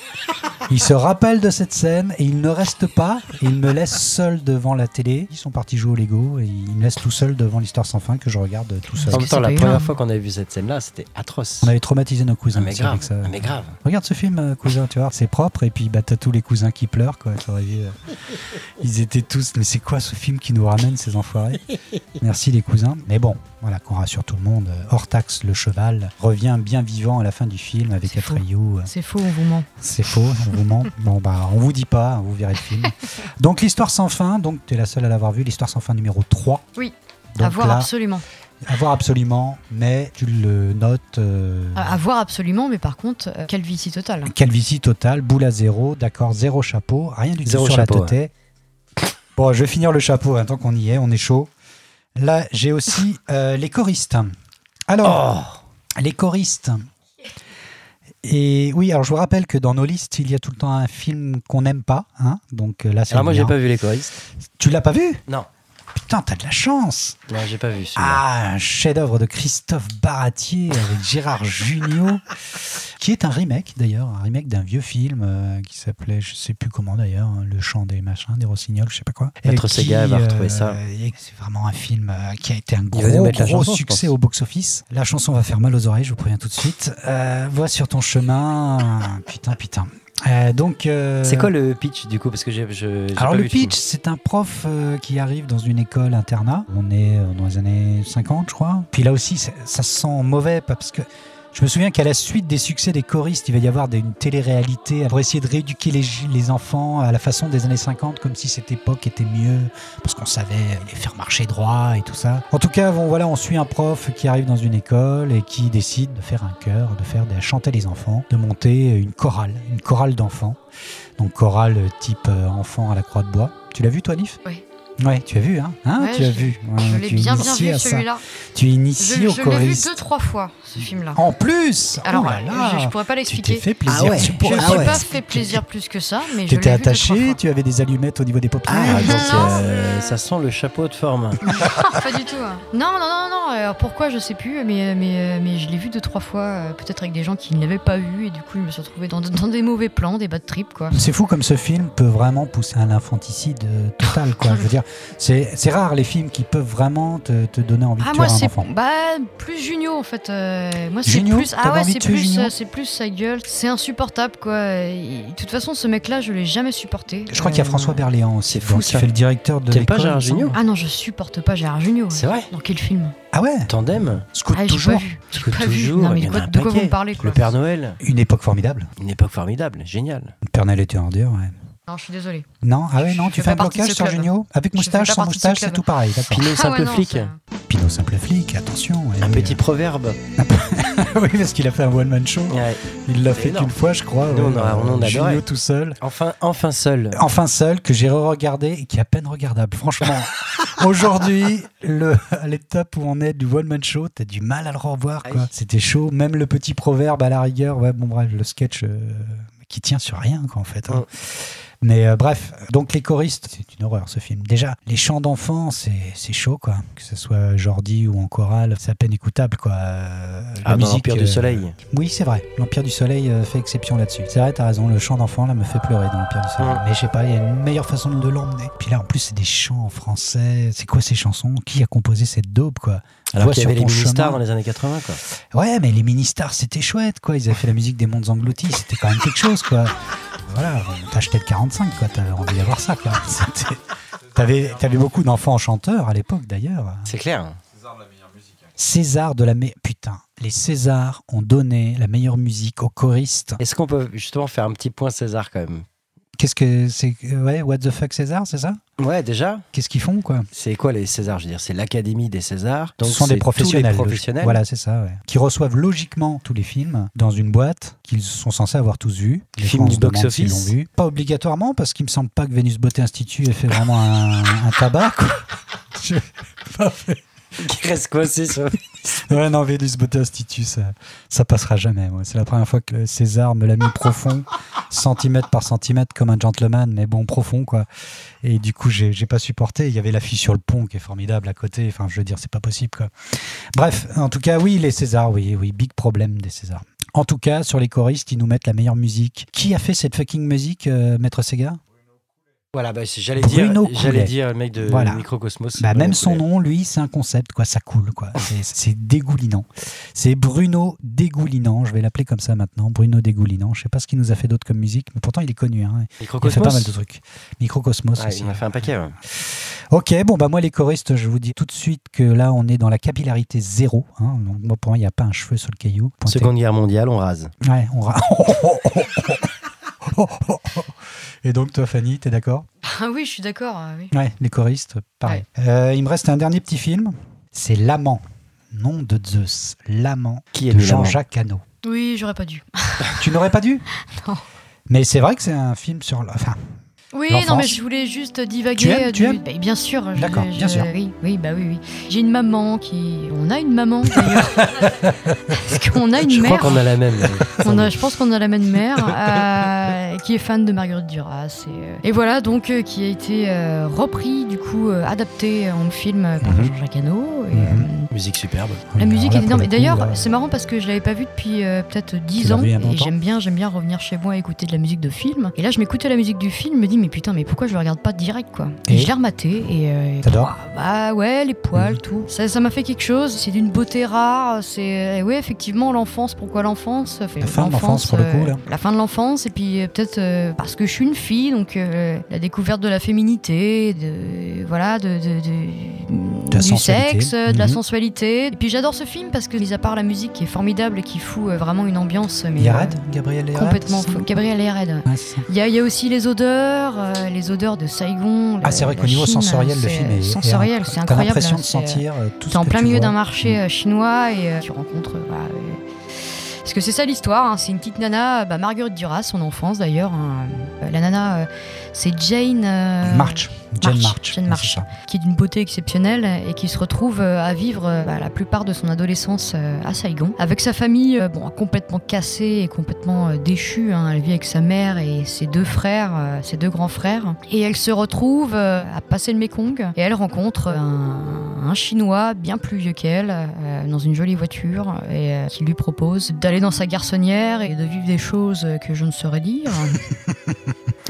A: Il se rappelle de cette scène et il ne reste pas. Et il me laisse seul devant la télé. Ils sont partis jouer au Lego et il me laisse tout seul devant l'histoire sans fin que je regarde tout seul.
B: En même temps,
C: c'est
B: la
C: pas
B: première
C: énorme.
B: fois qu'on avait vu cette scène-là, c'était atroce.
A: On avait traumatisé nos
B: Ah,
A: cousins
B: mais
A: aussi
B: grave.
A: avec ça.
B: ah, mais grave.
A: Regarde ce film, euh, cousin, tu vois, c'est propre. Et puis, bah, t'as tous les cousins qui pleurent, quoi. T'aurais vu, euh, ils étaient tous, mais c'est quoi ce film qui nous ramène, ces enfoirés Merci, les cousins. Mais bon, voilà, qu'on rassure tout le monde. euh, Hortax, le cheval, revient bien vivant à la fin du film avec
C: C'est faux.
A: Atreyu. euh,
C: C'est faux, on vous ment.
A: C'est faux, on vous ment. Bon, bah, on vous dit pas, vous verrez le film. Donc, l'histoire sans fin, donc, t'es la seule à l'avoir vu, l'histoire sans fin numéro 3.
C: Oui.
A: Donc,
C: à voir
A: là,
C: absolument.
A: à voir absolument, mais tu le notes. euh,
C: À, à voir absolument, mais par contre, euh, quelle vicie totale.
A: Calvitie totale, boule à zéro, d'accord, zéro chapeau, rien du tout
B: Zéro
A: sur
B: chapeau,
A: la tête. Bon, je vais finir le chapeau, hein, tant qu'on y est, on est chaud. Là, j'ai aussi euh, les choristes. Alors,
B: Oh
A: les choristes. Et oui, alors je vous rappelle que dans nos listes, il y a tout le temps un film qu'on n'aime pas. hein, donc euh, là, c'est
B: Alors moi,
A: le
B: j'ai
A: mien.
B: pas vu les choristes.
A: Tu l'as pas vu
B: Non,
A: Putain, t'as de la chance
B: non, j'ai pas vu celui-là.
A: ah, un chef-d'œuvre de Christophe Baratier avec
B: <laughs>
A: Gérard Jugnot, qui est un remake d'ailleurs, un remake d'un vieux film euh, qui s'appelait, je sais plus comment d'ailleurs, hein, Le chant des machins, des rossignols, je sais pas quoi.
B: Maître
A: Et qui, euh,
B: Sega va retrouver ça.
A: et C'est vraiment un film euh, qui a été un
B: va nous
A: gros,
B: mettre la
A: gros
B: chanson, je
A: succès
B: pense.
A: au box-office. La chanson va faire mal aux oreilles, je vous préviens tout de suite. Euh, vois sur ton chemin, putain, putain. Euh, donc, euh,
B: C'est quoi le pitch du coup Parce que j'ai je- j'ai
A: alors
B: pas
A: le
B: vu film.
A: pitch, c'est un prof euh, qui arrive dans une école internat. On est euh, dans les années 50, je crois. Puis là aussi, ça ça se sent mauvais parce que je me souviens qu'à la suite des succès des choristes, il va y avoir des- une télé-réalité pour essayer de rééduquer les, les enfants à la façon des années 50, comme si cette époque était mieux, parce qu'on savait les faire marcher droit et tout ça. En tout cas, bon, voilà, on suit un prof qui arrive dans une école et qui décide de faire un chœur, de faire des, chanter les enfants, de monter une chorale, une chorale d'enfants. Donc chorale type euh, enfant à la croix de bois. Tu l'as vu toi, Nif
C: Oui.
A: Ouais, tu as vu, hein, Hein,
C: Ouais,
A: Tu as
C: je-
A: vu.
C: Je
A: Ouais,
C: l'ai
A: tu es
C: bien bien
A: initié à
C: vu
A: ça.
C: celui-là.
A: Tu es
C: Je,
A: initié au
C: je l'ai vu
A: choriste.
C: deux trois fois ce film-là.
A: En plus
C: Alors,
A: Oh là là
C: je, je pourrais pas
A: Tu t'es
C: l'expliquer.
A: fait plaisir.
B: Ah ouais.
A: Tu
C: Je
A: pourrais-
C: ne
A: Ah ouais.
C: pas fait plaisir plus que ça, mais je l'ai vu
A: T'étais
C: deux, trois
A: attaché,
C: fois.
A: tu avais des allumettes au niveau des paupières.
B: Ah,
C: Non,
B: donc, euh,
C: euh,
B: ça sent le chapeau de forme.
C: pas du tout. hein. Non, non, non, non. Alors pourquoi, je sais plus, mais, mais, mais je l'ai vu deux, trois fois, euh, peut-être avec des gens qui ne l'avaient pas vu, et du coup, je me suis retrouvée dans, dans des mauvais plans, des bad trips, quoi.
A: C'est fou comme ce film peut vraiment pousser à l'infanticide euh, total, quoi. Je veux dire, c'est c'est rare les films qui peuvent vraiment te, te donner envie
C: Ah,
A: de tuer
C: moi,
A: un
C: c'est
A: enfant.
C: bah, plus Junio, en fait. euh, moi, c'est
A: Junio
C: plus. Ah
A: T'avais
C: ouais,
A: envie de
C: c'est
A: tuer
C: plus,
A: Junio
C: euh, c'est plus sa gueule. C'est insupportable, quoi. Et- De toute façon, ce mec-là, je l'ai jamais supporté.
A: Je crois qu'il y a
C: Euh,
A: François Berléand aussi,
B: c'est fou,
A: donc, qui
B: ça.
A: fait le directeur de
B: T'aimes pas
A: l'école.
B: Gérard
A: il me semble.
B: Jugnot
C: Ah non, je supporte pas Gérard Junio. ouais.
B: C'est vrai
C: Dans quel film
A: Ah ouais,
B: Tandem
A: Scoot
C: Ah, j'ai
A: toujours.
C: pas vu.
B: Parce
C: J'ai pas vu. Non, mais
B: il y en
C: quoi-
B: a un
C: de quoi vous
B: paquet.
C: me parlez, quoi
B: Le Père Noël,
A: Une époque formidable.
B: une époque formidable, génial.
A: Père Noël était en dur, ouais.
C: Non, je suis désolée.
A: Non, ah ouais, non, tu
C: Je fais
A: fais un
C: pas partie de
A: blocage
C: ce
A: sur
C: club.
A: Junio Avec
C: Je
A: moustache,
C: fais pas
A: sans
C: partie de ce
A: moustache, c'est
C: club.
A: tout pareil, d'accord.
B: Pinot
C: Ah ouais,
B: simple
C: non,
B: flic,
C: ça-
A: Pinot simple flic, attention.
B: un
A: et, <laughs>
B: petit proverbe.
A: euh, oui, parce qu'il a fait un one-man show.
B: Ouais.
A: Il l'a
B: C'est
A: fait qu'une
B: énorme.
A: fois, je crois.
B: Nous, on a- on en
A: Junio
B: adorait.
A: tout seul.
B: Enfin, enfin seul.
A: Enfin seul, que j'ai re-regardé et qui est à peine regardable. Franchement, aujourd'hui, le- à l'étape où on est du one-man show, t'as du mal à le revoir. quoi.
B: Aïe.
A: C'était chaud. Même le petit proverbe à la rigueur, ouais, bon, bref, le sketch euh, qui tient sur rien, quoi, en fait. hein.
B: Mm.
A: Mais euh, bref, donc les choristes, c'est une horreur ce film. Déjà, les chants d'enfants, c'est c'est chaud, quoi. Que ce soit Jordi ou en chorale, c'est à peine écoutable, quoi. Euh, la
B: Ah, dans
A: musique,
B: l'Empire
A: euh,
B: du Soleil.
A: oui, c'est vrai. L'Empire du Soleil euh, fait exception là-dessus. C'est vrai, t'as raison. Le chant d'enfant, là, me fait pleurer dans l'Empire du Soleil.
B: Ouais.
A: Mais je sais pas, il y a une meilleure façon de l'emmener. Puis là, en plus, c'est des chants en français. C'est quoi ces chansons Qui a composé cette daube, quoi
B: Alors
A: Vois
B: qu'il y
A: sur
B: avait
A: ton
B: les mini-stars
A: chemin.
B: dans les années 80, quoi.
A: Ouais, mais les mini-stars, c'était chouette, quoi. Ils avaient fait la musique des mondes engloutis. C'était quand même quelque chose, quoi. Voilà, t'achetais le 45, quoi. T'avais envie d'avoir ça, quoi. <laughs> C'était- T'avais t'avais beaucoup d'enfants chanteurs à l'époque, d'ailleurs.
B: C'est clair.
A: César de la... mé- Putain, les Césars ont donné la meilleure musique aux choristes.
B: Est-ce qu'on peut justement faire un petit point César quand même
A: Qu'est-ce que c'est que- euh, Ouais, what the fuck César, c'est ça
B: Ouais, déjà,
A: Qu'est-ce qu'ils font quoi
B: c'est quoi les Césars Je veux dire, c'est l'Académie des Césars. Donc,
A: Ce sont
B: c'est
A: des professionnels.
B: Tous les
A: logique.
B: professionnels.
A: Voilà, c'est ça. ouais. Qui reçoivent logiquement tous les films dans une boîte qu'ils sont censés avoir tous vus.
B: Les
A: Des
B: films
A: fois, on
B: du
A: se demande
B: box-office.
A: s'ils l'ont vu. Pas obligatoirement parce qu'il me semble pas que Vénus Beauté Institut ait fait vraiment un, un tabac. quoi. Je-
B: <laughs> Qui reste coincé sur-
A: Ouais, non, Vénus Beauté Institut, ça, ça passera jamais. moi. C'est la première fois que le César me l'a mis profond, centimètre par centimètre, comme un gentleman, mais bon, profond, quoi. Et du coup, j'ai j'ai pas supporté. Il y avait l'affiche sur le pont qui est formidable à côté. Enfin, je veux dire, c'est pas possible, quoi. Bref, en tout cas, oui, les Césars, oui, oui, big problème des Césars. En tout cas, sur les choristes, ils nous mettent la meilleure musique. Qui a fait cette fucking musique, euh, Maître Sega
B: Voilà, bah, c'est- j'allais dire,
A: Bruno Coulet.
B: j'allais dire le mec de
A: Voilà.
B: Microcosmos.
A: Bah,
B: Bruno
A: même son
B: Coulet.
A: nom, lui, c'est un concept, quoi. Ça coule, quoi. C'est- C'est dégoulinant. C'est Bruno Dégoulinant. Je vais l'appeler comme ça maintenant. Bruno Dégoulinant. Je sais pas ce qu'il nous a fait d'autre comme musique, mais pourtant il est connu. Hein. Il a
B: Microcosmos.
A: fait pas mal de trucs. Microcosmos
B: Ouais,
A: aussi.
B: Ah, il en a fait un paquet. ouais.
A: Ok, bon, bah moi, les choristes, je vous dis tout de suite que là, on est dans la capillarité zéro. hein. Donc, moi, pour moi, il n'y a pas un cheveu sur le caillou. Pointé-
B: Seconde guerre mondiale, on rase.
A: Ouais, on ra- <laughs> Oh, Et donc, toi, Fanny, t'es d'accord
C: Ah oui, je suis d'accord. ah oui.
A: Ouais, les choristes, pareil. Euh, il me reste un dernier petit film. C'est L'Amant. Nom de Zeus. L'Amant
B: Qui est hein.
A: de
B: le lament
A: Jean-Jacques Hano.
C: Oui, j'aurais pas dû.
A: Tu n'aurais pas dû
C: <laughs> Non.
A: Mais c'est vrai que c'est un film sur. la- Enfin,
C: Oui,
A: L'enfance.
C: non, mais je voulais juste divaguer.
A: Tu aimes,
C: euh,
A: tu
C: du-
A: aimes
C: Bah, bien sûr. je-
A: D'accord,
C: je-
A: bien sûr.
C: Oui, oui, bah oui, oui. J'ai une maman qui. On a une
B: <laughs>
C: maman d'ailleurs. Parce qu'on a une
B: Je
C: mère.
B: crois qu'on a la même.
C: <laughs> On a, je pense qu'on a la même mère euh, qui est fan de Marguerite Duras. Et, euh, et voilà, donc, euh, qui a été euh, repris, du coup, euh, adapté en film euh, par
A: Mhm.
C: Jean-Jacques Hano. Et, euh,
A: Mhm.
B: Musique superbe.
A: alors
C: La musique
A: là,
C: est
A: pour
C: énorme.
A: le
C: Et
A: coup, euh, là-
C: d'ailleurs, c'est marrant parce que je l'avais pas vue depuis euh, peut-être 10
A: l'as
C: ans.
A: vue il y a
C: Et
A: longtemps
C: j'aime bien, j'aime bien revenir chez moi et écouter de la musique de film. Et là, je m'écoutais la musique du film, je me dis mais putain, mais pourquoi je le regarde pas direct quoi Et,
A: Et
C: je l'ai rematé et euh,
A: T'adores Mhm.
C: bah ouais, les poils, tout. Ça, ça m'a fait quelque chose. C'est d'une beauté rare. C'est euh, ouais, effectivement l'enfance. Pourquoi l'enfance Fait-
A: La fin de l'enfance, pour le coup, là.
C: La fin de l'enfance et puis euh, peut-être euh, parce que je suis une fille, donc euh, la découverte de la féminité, de voilà, de, de- de-
A: De la
C: du
A: sensualité.
C: sexe, de la
A: Mhm.
C: sensualité. Et puis j'adore ce film parce que mis à part la musique qui est formidable et qui fout euh, vraiment une ambiance, mais
A: Yared
C: euh,
A: Gabriel Yared
C: complètement
A: c'est-
C: fou. Gabriel Yared. ouais.
A: Ouais, c'est ça.
C: Il y, a- il y a aussi les odeurs, euh, les odeurs de Saigon.
A: Ah,
C: le-
A: c'est vrai
C: la
A: qu'au niveau
C: Euh, Chine,
A: sensoriel, le
C: c'est
A: film est. est
C: sensoriel,
A: incroyable.
C: c'est incroyable.
A: T'as l'impression de
C: c'est, euh,
A: sentir euh, tout ce
C: T'es en
A: que
C: plein
A: tu
C: milieu
A: vois. Mm.
C: d'un marché euh, chinois et euh, tu rencontres. euh, voilà, euh, parce que c'est ça l'histoire, hein, c'est une petite nana, euh, bah, Marguerite Duras, son enfance d'ailleurs. hein, euh, la nana, euh, c'est Jane. euh,
A: March. Jane
C: March,
A: March.
C: Jane
A: ouais,
C: March.
A: c'est ça.
C: Qui est d'une beauté exceptionnelle et qui se retrouve euh, à vivre euh, bah, la plupart de son adolescence euh, à Saigon. Avec sa famille euh, bon, complètement cassée et complètement euh, déchue. hein. Elle vit avec sa mère et ses deux frères, euh, ses deux grands frères. Et elle se retrouve euh, à passer le Mekong et elle rencontre un, un Chinois bien plus vieux qu'elle euh, dans une jolie voiture et euh, qui lui propose d'aller dans sa garçonnière et de vivre des choses euh, que je ne saurais dire.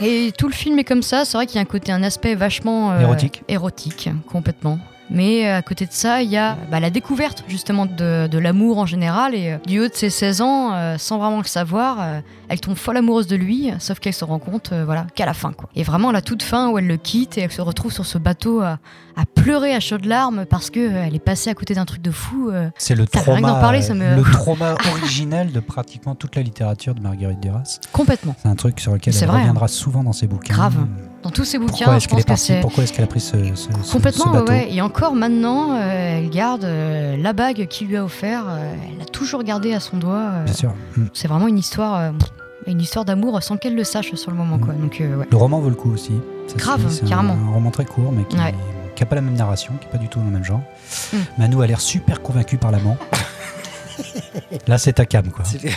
C: Et tout le film est comme ça. C'est vrai qu'il y a un côté, un aspect vachement euh,
A: Érotique.
C: érotique, complètement. Mais euh, à côté de ça, il y a bah, la découverte justement de, de l'amour en général. Et euh, du haut de ses 16 ans, euh, sans vraiment le savoir, euh, elle tombe folle amoureuse de lui, sauf qu'elle se rend compte euh, voilà, qu'à la fin. Quoi. Et vraiment, la toute fin où elle le quitte et elle se retrouve sur ce bateau à, à pleurer à chaudes larmes parce qu'elle est passée à côté d'un truc de fou. euh,
A: C'est le
C: Ça, rien que d'en
A: trauma, euh,
C: parler, ça euh, me-
A: le
C: <laughs>
A: trauma originel de pratiquement toute la littérature de Marguerite Duras.
C: complètement.
A: C'est un truc sur lequel
C: C'est
A: elle
C: vrai, hein.
A: reviendra souvent dans ses bouquins.
C: Grave. Dans tous ses
A: Pourquoi
C: bouquins,
A: est-ce
C: je
A: qu'elle est
C: pense que
A: partie
C: c'est.
A: Pourquoi est-ce qu'elle a pris ce, ce- ce- ce
C: Complètement, ouais,
A: bateau
C: ouais. Et encore maintenant, euh, elle garde euh, la bague qu'il lui a offert. euh, elle l'a toujours gardée à son doigt. euh.
A: Bien sûr. Mm.
C: c'est vraiment une histoire, euh, une histoire d'amour sans qu'elle le sache sur le moment, quoi. Donc euh, ouais.
A: Le roman vaut le coup aussi. Ça,
C: Grave,
A: c'est- c'est un-
C: carrément.
A: Un, roman très court, mais qui
C: Ouais.
A: qui a pas la même narration, qui est pas du tout dans le même genre.
C: Mm.
A: Manu a l'air super convaincu par
C: <laughs>
A: l'amant. Là, c'est ta cam, quoi.
B: C'est- <laughs>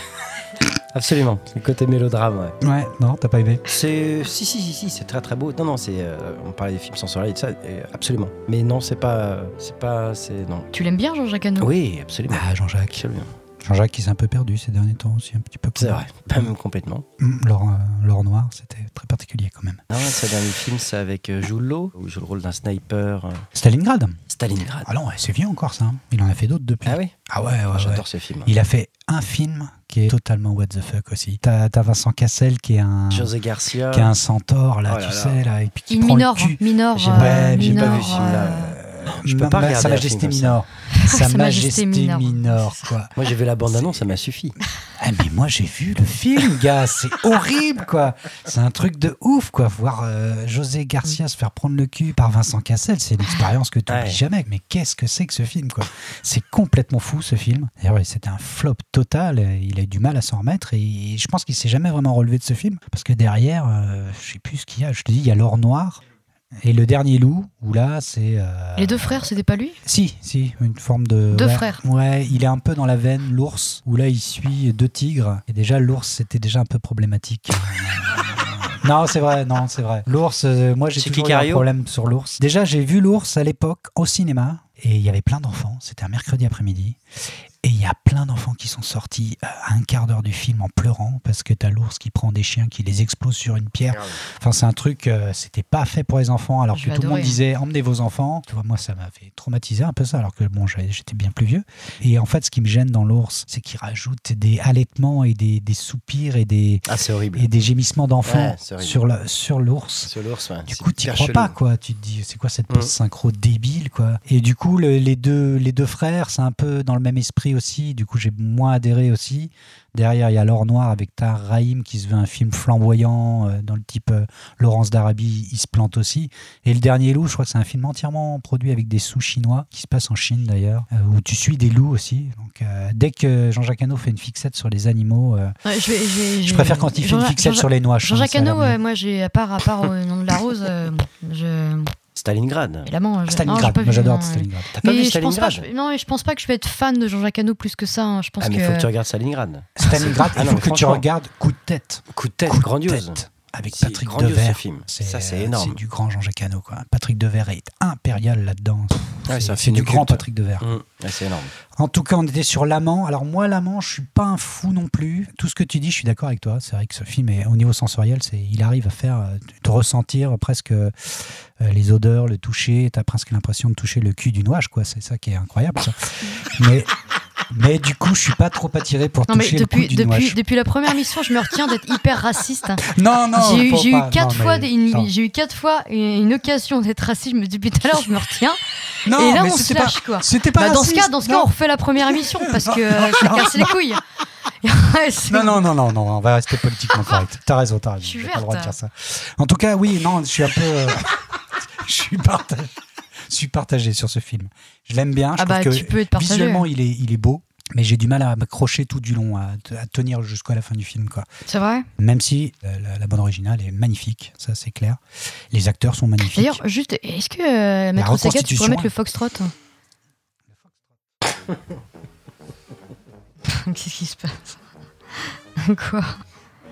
B: Absolument. C'est le côté mélodrame. ouais.
A: Ouais, non, t'as pas aimé.
B: C'est si si si si, c'est très très beau. Non non, c'est euh, on parlait des films sensoriels et tout ça, et absolument. Mais non, c'est pas c'est pas c'est non.
C: Tu l'aimes bien, Jean-Jacques Hano
B: Oui, absolument.
A: Ah, Jean-Jacques.
B: Absolument.
A: Jean-Jacques, il s'est un peu perdu ces derniers temps aussi, un petit peu.
B: C'est vrai, pas même complètement.
A: Mm, L'or euh, l'or noir, c'était très particulier quand même.
B: Non, ce dernier film, c'est avec euh, Jude Law, où il joue le rôle d'un sniper. euh,
A: Stalingrad
B: Stalingrad.
A: Ah non, ouais, c'est vieux encore ça. hein. Il en a fait d'autres depuis.
B: Ah oui,
A: Ah ouais, ouais, ouais.
B: j'adore ce film.
A: Il a fait un film qui est totalement what the fuck aussi. T'as t'as Vincent Cassel qui est un,
B: José Garcia.
A: qui est un centaure là,
B: Oh là
A: tu
B: là.
A: sais là, et puis qui
C: Il
A: prend
C: minore,
A: le cul.
C: hein, minore.
B: J'ai
C: euh,
A: pas- j'ai pas
C: minore, euh.
A: vu ce film-là.
B: Je peux pas
A: Ma-
B: regarder
A: Sa
B: un film
A: Majesté
B: comme ça.
C: <laughs>
A: Minor. Sa Majesté
C: Minor.
A: Minor quoi.
B: Moi, j'ai vu la bande annonce, ça m'a suffi.
A: Ah mais moi j'ai vu le film, gars, c'est horrible quoi. C'est un truc de ouf quoi. Voir euh, José Garcia se faire prendre le cul par Vincent Cassel, c'est une expérience que tu n'oublies
B: Ouais.
A: jamais. Mais qu'est-ce que c'est que ce film quoi C'est complètement fou ce film. D'ailleurs ouais, c'était un flop total. euh, Il a eu du mal à s'en remettre et je pense qu'il s'est jamais vraiment relevé de ce film parce que derrière, euh, je sais plus ce qu'il y a. Je te dis, il y a l'or noir. Et le dernier loup, où là, c'est. euh,
C: Les deux frères, c'était pas lui
A: si, si, une forme de.
C: Deux
A: ouais.
C: frères.
A: Ouais, il est un peu dans la veine, l'ours, où là il suit deux tigres. Et déjà, l'ours, c'était déjà un peu problématique.
C: <laughs>
A: Euh, non, c'est vrai, non, c'est vrai. L'ours, euh, moi j'ai
B: C'est
A: toujours eu un
B: Kikario
A: problème sur l'ours. Déjà, j'ai vu l'ours à l'époque au cinéma. Et il y avait plein d'enfants. C'était un mercredi après-midi. Et il y a plein d'enfants qui sont sortis euh, à un quart d'heure du film en pleurant parce que t'as l'ours qui prend des chiens, qui les explose sur une pierre. Enfin, c'est un truc, euh, c'était pas fait pour les enfants, alors
C: Je
A: que
C: vais
A: tout le monde
C: adorer.
A: disait emmenez vos enfants. Tu vois, moi, ça m'avait traumatisé un peu ça, alors que bon, j'avais- j'étais bien plus vieux. Et en fait, ce qui me gêne dans l'ours, c'est qu'il rajoute des halètements et des, des soupirs et des,
B: Ah, c'est horrible.
A: et des gémissements d'enfants
B: Ouais, c'est horrible.
A: sur la- sur l'ours.
B: Sur l'ours, ouais.
A: Du
B: c'est
A: coup, tu
B: hyper
A: crois
B: chelou.
A: pas, quoi. Tu te dis, c'est quoi cette
B: Mm.
A: post synchro débile, quoi. Et du coup, le- les, deux, les deux frères, c'est un peu dans le même esprit aussi. Du coup, j'ai moins adhéré aussi. Derrière, il y a L'Or Noir avec Tahar Rahim qui se veut un film flamboyant euh, dans le type euh, Laurence d'Arabie, il se plante aussi. Et Le Dernier Loup, je crois que c'est un film entièrement produit avec des sous chinois qui se passe en Chine d'ailleurs, euh, où tu suis des loups aussi. Donc, euh, dès que Jean-Jacques Hano fait une fixette sur les animaux, euh,
C: Ouais, je, vais- je vais-
A: je
C: vais-
A: préfère quand il fait une
C: Jean-
A: fixette
C: Jean-
A: sur les hein, noix. je trouve
C: Jean-Jacques
A: ça a l'air
C: Hano,
A: mieux.
C: ouais, moi j'ai à part à part au nom de la rose, euh, je
B: Stalingrad.
C: évidemment je... euh, non, j'ai
A: Stalingrad,
C: pas
A: moi
C: vu,
A: j'adore
C: non, ouais.
A: Stalingrad.
B: T'as pas
C: Mais
B: vu
C: je pense pas,
B: Stalingrad
C: je... non, mais je pense pas que je vais être fan de Jean-Jacques Hano plus que ça. hein. Je pense
B: Ah, mais
C: que
B: faut que tu regardes Stalingrad.
A: Stalingrad,
B: Ah
A: il
B: non,
A: faut
B: mais
A: que tu
B: franchement.
A: regardes Coup de tête.
B: Coup de tête
A: Coup de
B: grandiose.
A: tête, avec
B: C'est
A: Patrick
B: grandiose,
A: Devers.
B: ce film. Ça, c'est énorme.
A: C'est du grand Jean-Jacques Hano, quoi. Patrick Devers est impérial là-dedans.
B: Ah c'est un
A: C'est-
B: film
A: c'est du
B: culte.
A: grand Patrick Devers.
B: Mm. Ouais, c'est énorme.
A: En tout cas, on était sur l'amant. Alors moi, l'amant, je suis pas un fou non plus. Tout ce que tu dis, je suis d'accord avec toi. C'est vrai que ce film, est, au niveau sensoriel, c'est, il arrive à faire euh, te ressentir presque euh, les odeurs, le toucher. T'as presque l'impression de toucher le cul d'une ouage, quoi. C'est ça qui est incroyable. ça. mais mais du coup, je suis pas trop attiré pour
C: non mais
A: toucher le
C: depuis
A: cul d'une
C: depuis
A: ouache.
C: depuis la première mission, je me retiens d'être hyper raciste. hein.
A: Non, <laughs> non.
C: J'ai eu,
A: faut
C: j'ai eu
A: pas.
C: quatre
A: Non, mais-
C: fois des-
A: non.
C: une, j'ai eu quatre fois une, une occasion d'être raciste. Je me dis depuis tout à l'heure, je me retiens.
A: Non,
C: Et là,
A: mais
C: on se
A: c'était pas-
C: lâche quoi.
A: C'était pas
C: Bah, dans ce
A: raciste,
C: cas, dans ce cas, on
A: non.
C: refait la première émission
A: <laughs>
C: parce que euh, je me casse les couilles. C'est-
A: Non, non, non, non, non, on va rester
C: <laughs>
A: politiquement correct. T'as raison, t'as raison.
C: Je suis
A: J'ai pas le droit de dire
C: verte.
A: ça. En tout cas, oui, non, je suis un peu. euh, <laughs> je, suis partagé, je suis partagé sur ce film. Je l'aime bien. Je
C: Ah bah
A: trouve que
C: tu peux être partagé.
A: visuellement, il est, il est beau, mais j'ai du mal à m'accrocher tout du long, à, à tenir jusqu'à la fin du film, quoi.
C: <laughs> C'est vrai.
A: Même si euh, la, la bande originale est magnifique, ça c'est clair. Les acteurs sont magnifiques.
C: D'ailleurs, juste, est-ce que euh, Maître Saga, tu
A: reconstitution,
C: pourrais mettre
A: hein. <laughs>
C: le foxtrot Qu'est-ce qui se passe <laughs> Quoi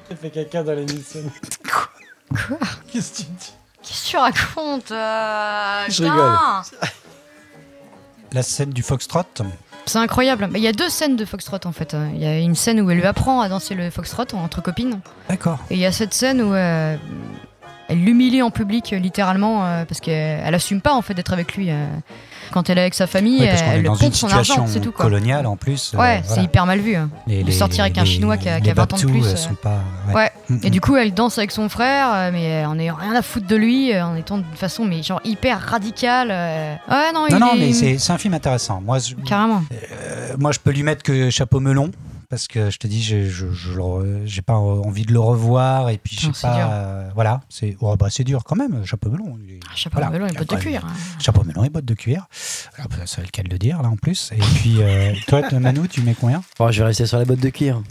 D: J'ai fait caca dans l'émission.
C: <laughs> Quoi
D: Qu'est-ce que tu dis
C: Qu'est-ce que tu racontes euh,
D: Je
C: putain
D: rigole.
A: la scène du Foxtrot,
C: C'est incroyable. Mais Il y a deux scènes de foxtrot en fait. hein. Il y a une scène où elle lui apprend à danser le foxtrot entre copines.
A: d'accord.
C: Et il y a cette scène où euh, elle l'humilie en public euh, littéralement euh, parce qu'elle elle assume pas en fait d'être avec lui. euh. Quand elle est avec sa famille,
A: Oui, parce qu'on est
C: elle
A: dans une
C: pompe euh, son argent,
A: situation
C: c'est tout quoi.
A: coloniale en plus. euh,
C: Ouais, c'est
A: voilà.
C: hyper mal vu. hein.
A: Les,
C: de sortir avec un Chinois qui a- qui
A: les
C: a 20 ans de
A: Babtou,
C: plus,
A: euh,
C: euh.
A: sont pas.
C: Ouais.
A: Mm,
C: Et
A: mm.
C: du coup, elle danse avec son frère, euh, mais en ayant rien à foutre de lui, euh, en étant de façon mais genre hyper radicale. euh. Ouais, non, il
A: Non, non,
C: est-
A: mais c'est c'est un film intéressant. Moi, je,
C: carrément.
A: euh, moi, je peux lui mettre que Chapeau Melon, parce que je te dis, je je- je le re- j'ai pas euh, envie de le revoir, et puis je
C: Non,
A: sais
C: c'est
A: pas.
C: dur.
A: euh, voilà, c'est oh, bah, c'est dur quand même, Chapeau Melon. il est-
C: Ah, Chapeau
A: voilà.
C: melon et bottes de
A: Ouais.
C: cuir. hein.
A: Chapeau Melon et bottes de cuir. Ah, bah, C'est le cas de le dire, là, en plus. Et puis, euh, toi, t- Manu, tu mets combien
B: Bon, je vais rester sur la botte de cuir.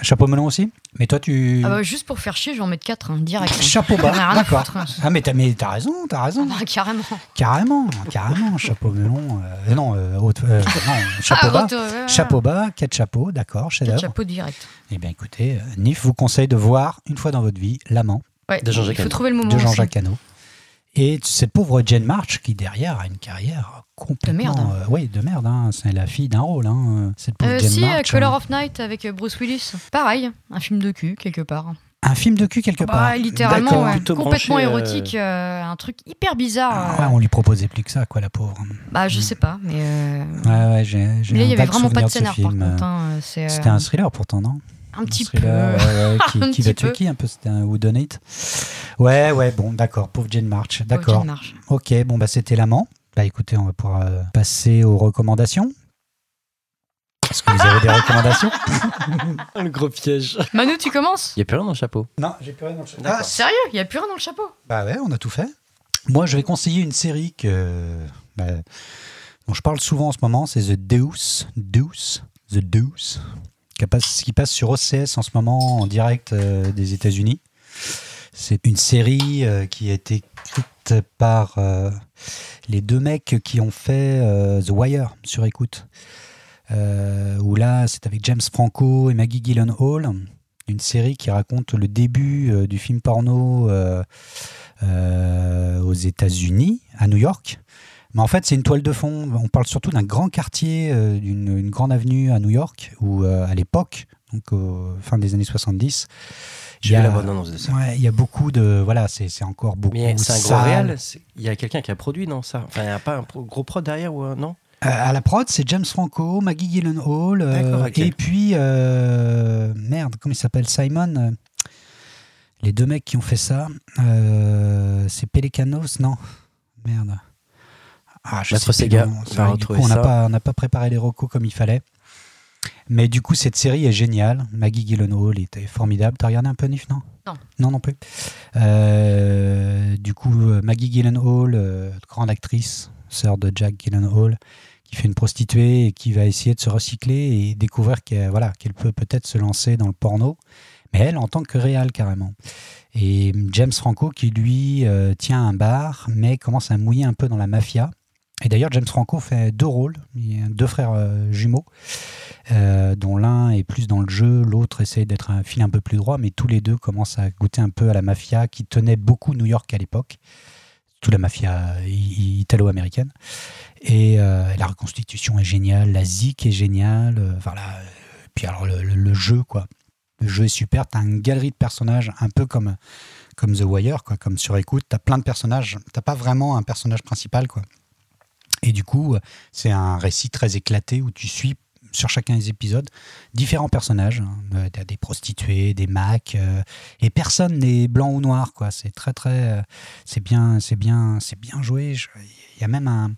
A: Chapeau Melon aussi Mais toi, tu.
C: Ah bah, juste pour faire chier, je vais en mettre 4 direct. hein.
A: Chapeau
C: J'en ai
A: bas,
C: rien à
A: d'accord.
C: foutre, hein.
A: Ah, mais t'as mais t'as raison, t'as
C: Ah
A: raison.
C: bah, <laughs> carrément.
A: Carrément, carrément. Chapeau melon. euh, non, euh, haute-
C: <laughs>
A: euh, non, chapeau
C: Ah,
A: bas.
C: retour, ouais, ouais, ouais.
A: Chapeau bas, quatre chapeaux, d'accord, chef
C: Quatre
A: d'œuvre.
C: chapeaux direct.
A: Eh bien, écoutez, euh, Nif vous conseille de voir une fois dans votre vie L'amant
C: Ouais,
B: De Jean-Jacques
C: il faut
B: Hano.
C: trouver le moment.
A: de
C: aussi.
A: Jean-Jacques Hano. Et cette pauvre Jane March qui derrière a une carrière complètement,
C: De merde.
A: euh, ouais, de merde. hein. C'est la fille d'un rôle. hein, euh, Cette pauvre
C: Euh,
A: Jane
C: si, euh,
A: March. hein.
C: Color of Night avec euh, Bruce Willis. Pareil, un film de cul, quelque part.
A: hein. Un film de cul quelque
C: Bah,
A: part.
C: littéralement,
A: D'accord.
C: ouais.
B: Plutôt
C: complètement
B: branché, euh,
C: érotique, euh, un truc hyper bizarre.
A: Ah,
C: euh.
A: ouais, on lui proposait plus que ça, quoi, la pauvre.
C: Bah, je sais pas, mais. euh,
A: Ouais, ouais, j'ai. j'ai
C: mais là, il
A: un
C: y avait
A: vague
C: vraiment pas de
A: souvenir
C: scénar,
A: ce
C: par
A: film.
C: contre. hein, C'est
A: C'était
C: euh,
A: un thriller pourtant, non
C: un petit peu. euh,
A: thriller, ouais,
C: <laughs>
A: ouais, qui, qui
C: Un petit
A: va tuer
C: peu.
A: qui un peu c'était un who done it ouais ouais bon d'accord pauvre Jane March
C: Pauvre
A: d'accord
C: Jane Marsh.
A: ok bon bah c'était l'amant bah écoutez on va pouvoir euh, passer aux recommandations est-ce que vous avez
C: <laughs>
A: des recommandations
B: Le gros piège.
C: Manu, tu commences
B: Il y a plus rien dans le chapeau.
A: non j'ai plus rien dans le
B: D'accord.
C: Sérieux, il y a plus rien dans le chapeau.
A: bah ouais on a tout fait moi je vais conseiller une série que bah, dont je parle souvent en ce moment c'est The Deuce Deuce The Deuce qui passe, qui passe sur OCS en ce moment en direct euh, des États-Unis. C'est une série euh, qui a été écrite par euh, les deux mecs qui ont fait euh, The Wire sur écoute. Euh, où là, c'est avec James Franco et Maggie Gyllenhaal. Une série qui raconte le début euh, du film porno euh, euh, aux États-Unis, à New York. Mais en fait, c'est une toile de fond. On parle surtout d'un grand quartier, euh, d'une une grande avenue à New York, où euh, à l'époque, donc euh, fin des années 70, il y
B: J'ai
A: a-
B: vu la bonne annonce de ça.
A: ouais, il y a beaucoup de. Voilà, c'est c'est encore beaucoup.
B: Mais c'est un gros
A: sale.
B: réel. c'est- Il y a quelqu'un qui a produit, non ça Enfin, il n'y a pas un pro- gros prod derrière ou un- non
A: Euh, à la prod, c'est James Franco, Maggie Gyllenhaal, euh,
B: D'accord, ok.
A: et puis euh, merde, comment il s'appelle Simon. euh, les deux mecs qui ont fait ça, euh, c'est Pelicanos, non Merde. Ah, je
B: Maître
A: sais plus
B: Sega
A: le nom.
B: va
A: C'est vrai, Du coup,
B: retrouver
A: on n'a
B: ça.
A: pas, on n'a pas préparé les recos comme il fallait. Mais du coup, cette série est géniale. Maggie Gyllenhaal était formidable. T'as regardé un peu Nif, non
C: Non.
A: Non, non plus. Euh, du coup, euh, Maggie Gyllenhaal, euh, grande actrice, sœur de Jack Gyllenhaal, qui fait une prostituée et qui va essayer de se recycler et découvrir qu'elle voilà, qu'elle peut peut-être se lancer dans le porno, mais elle en tant que réal carrément. Et James Franco qui lui euh, tient un bar, mais commence à mouiller un peu dans la mafia. Et d'ailleurs, James Franco fait deux rôles, il y a deux frères euh, jumeaux, euh, dont l'un est plus dans le jeu, l'autre essaie d'être un fil un peu plus droit, mais tous les deux commencent à goûter un peu à la mafia qui tenait beaucoup New York à l'époque, toute la mafia i- i- italo-américaine. Et euh, la reconstitution est géniale, la zik est géniale, euh, voilà. Puis alors le, le- le jeu, quoi. Le jeu est super, t'as une galerie de personnages, un peu comme, comme The Wire, quoi, comme sur écoute, t'as plein de personnages, t'as pas vraiment un personnage principal, quoi. Et du coup, c'est un récit très éclaté où tu suis sur chacun des épisodes différents personnages, hein. Euh, t'as des prostituées, des macs, euh, et personne n'est blanc ou noir, quoi. C'est très très, euh, c'est bien, c'est bien, c'est bien joué. Je- Il y a même un,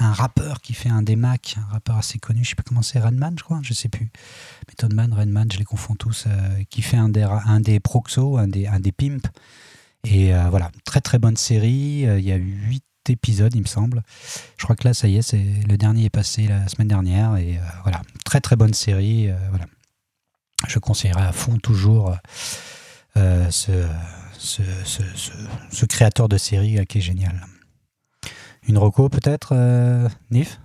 A: un rappeur qui fait un des macs, un rappeur assez connu, je sais plus comment c'est, Redman, je crois, je sais plus. Method Man, Redman, je les confonds tous, euh, qui fait un des, ra- un des proxos, un des, un des pimps. Et euh, voilà, très très bonne série. Euh, Il y a eu huit épisodes, il me semble. Je crois que là, ça y est, c'est le dernier est passé la semaine dernière. Et euh, voilà, très très bonne série. euh, voilà. Je conseillerais à fond toujours euh, ce, ce, ce, ce, ce créateur de série euh, qui est génial. Une reco peut-être, euh, Nif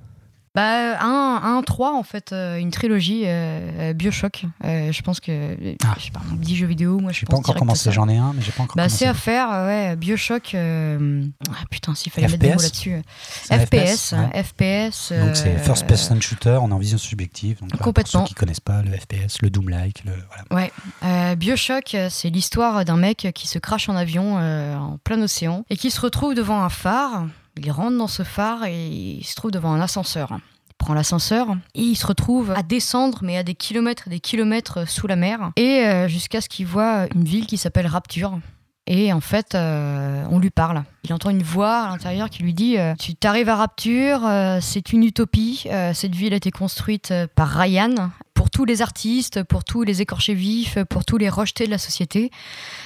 C: Bah, un, un 3, en fait, euh, une trilogie euh, euh, Bioshock. Euh, je pense que. euh,
A: Ah.
C: Je sais pas, on me dit jeux vidéo, moi je
A: Je n'ai
C: pense
A: pas encore
C: direct à
A: commencé,
C: ça.
A: j'en ai un, mais j'ai pas encore
C: Bah, c'est
A: commencé.
C: à faire, euh, ouais, Bioshock. euh, Ah putain, s'il fallait mettre des
A: FPS?
C: mots là-dessus.
A: C'est un
C: FPS,
A: ouais.
C: euh, FPS.
A: hein, Donc c'est
C: euh,
A: First Person Shooter, on est en vision subjective. Donc, voilà,
C: Complètement.
A: Pour ceux qui connaissent pas le FPS, le Doom-like, le, voilà.
C: Euh, Bioshock, euh, c'est l'histoire d'un mec qui se crache en avion euh, en plein océan et qui se retrouve devant un phare. Il rentre dans ce phare et il se trouve devant un ascenseur. Il prend l'ascenseur et il se retrouve à descendre, mais à des kilomètres et des kilomètres sous la mer, et euh, jusqu'à ce qu'il voit une ville qui s'appelle Rapture. Et en fait, euh, on lui parle. Il entend une voix à l'intérieur qui lui dit euh, Tu t'arrives à Rapture, euh, c'est une utopie. Euh, cette ville a été construite euh, par Ryan pour tous les artistes, pour tous les écorchés vifs, pour tous les rejetés de la société.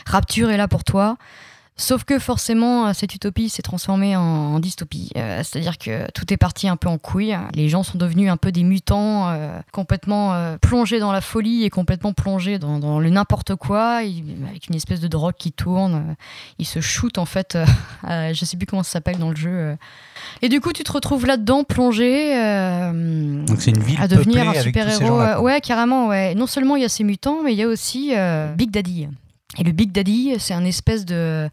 C: Rapture est là pour toi. Sauf que forcément, euh, cette utopie s'est transformée en, en dystopie. Euh, C'est-à-dire que tout est parti un peu en couille. Les gens sont devenus un peu des mutants, euh, complètement euh, plongés dans la folie et complètement plongés dans, dans le n'importe quoi, Ils- avec une espèce de drogue qui tourne. euh, Ils se shootent en fait, euh, <laughs> à- je sais plus comment ça s'appelle dans le jeu. euh. Et du coup, tu te retrouves là-dedans, plongé. euh,
A: Donc c'est une ville
C: à devenir
A: peuplée
C: un
A: avec tous
C: super
A: ces
C: héros.
A: gens-là, quoi.
C: ouais, carrément. Ouais. Non seulement il y a ces mutants, mais il y a aussi euh, Big Daddy. Et le Big Daddy, c'est un espèce de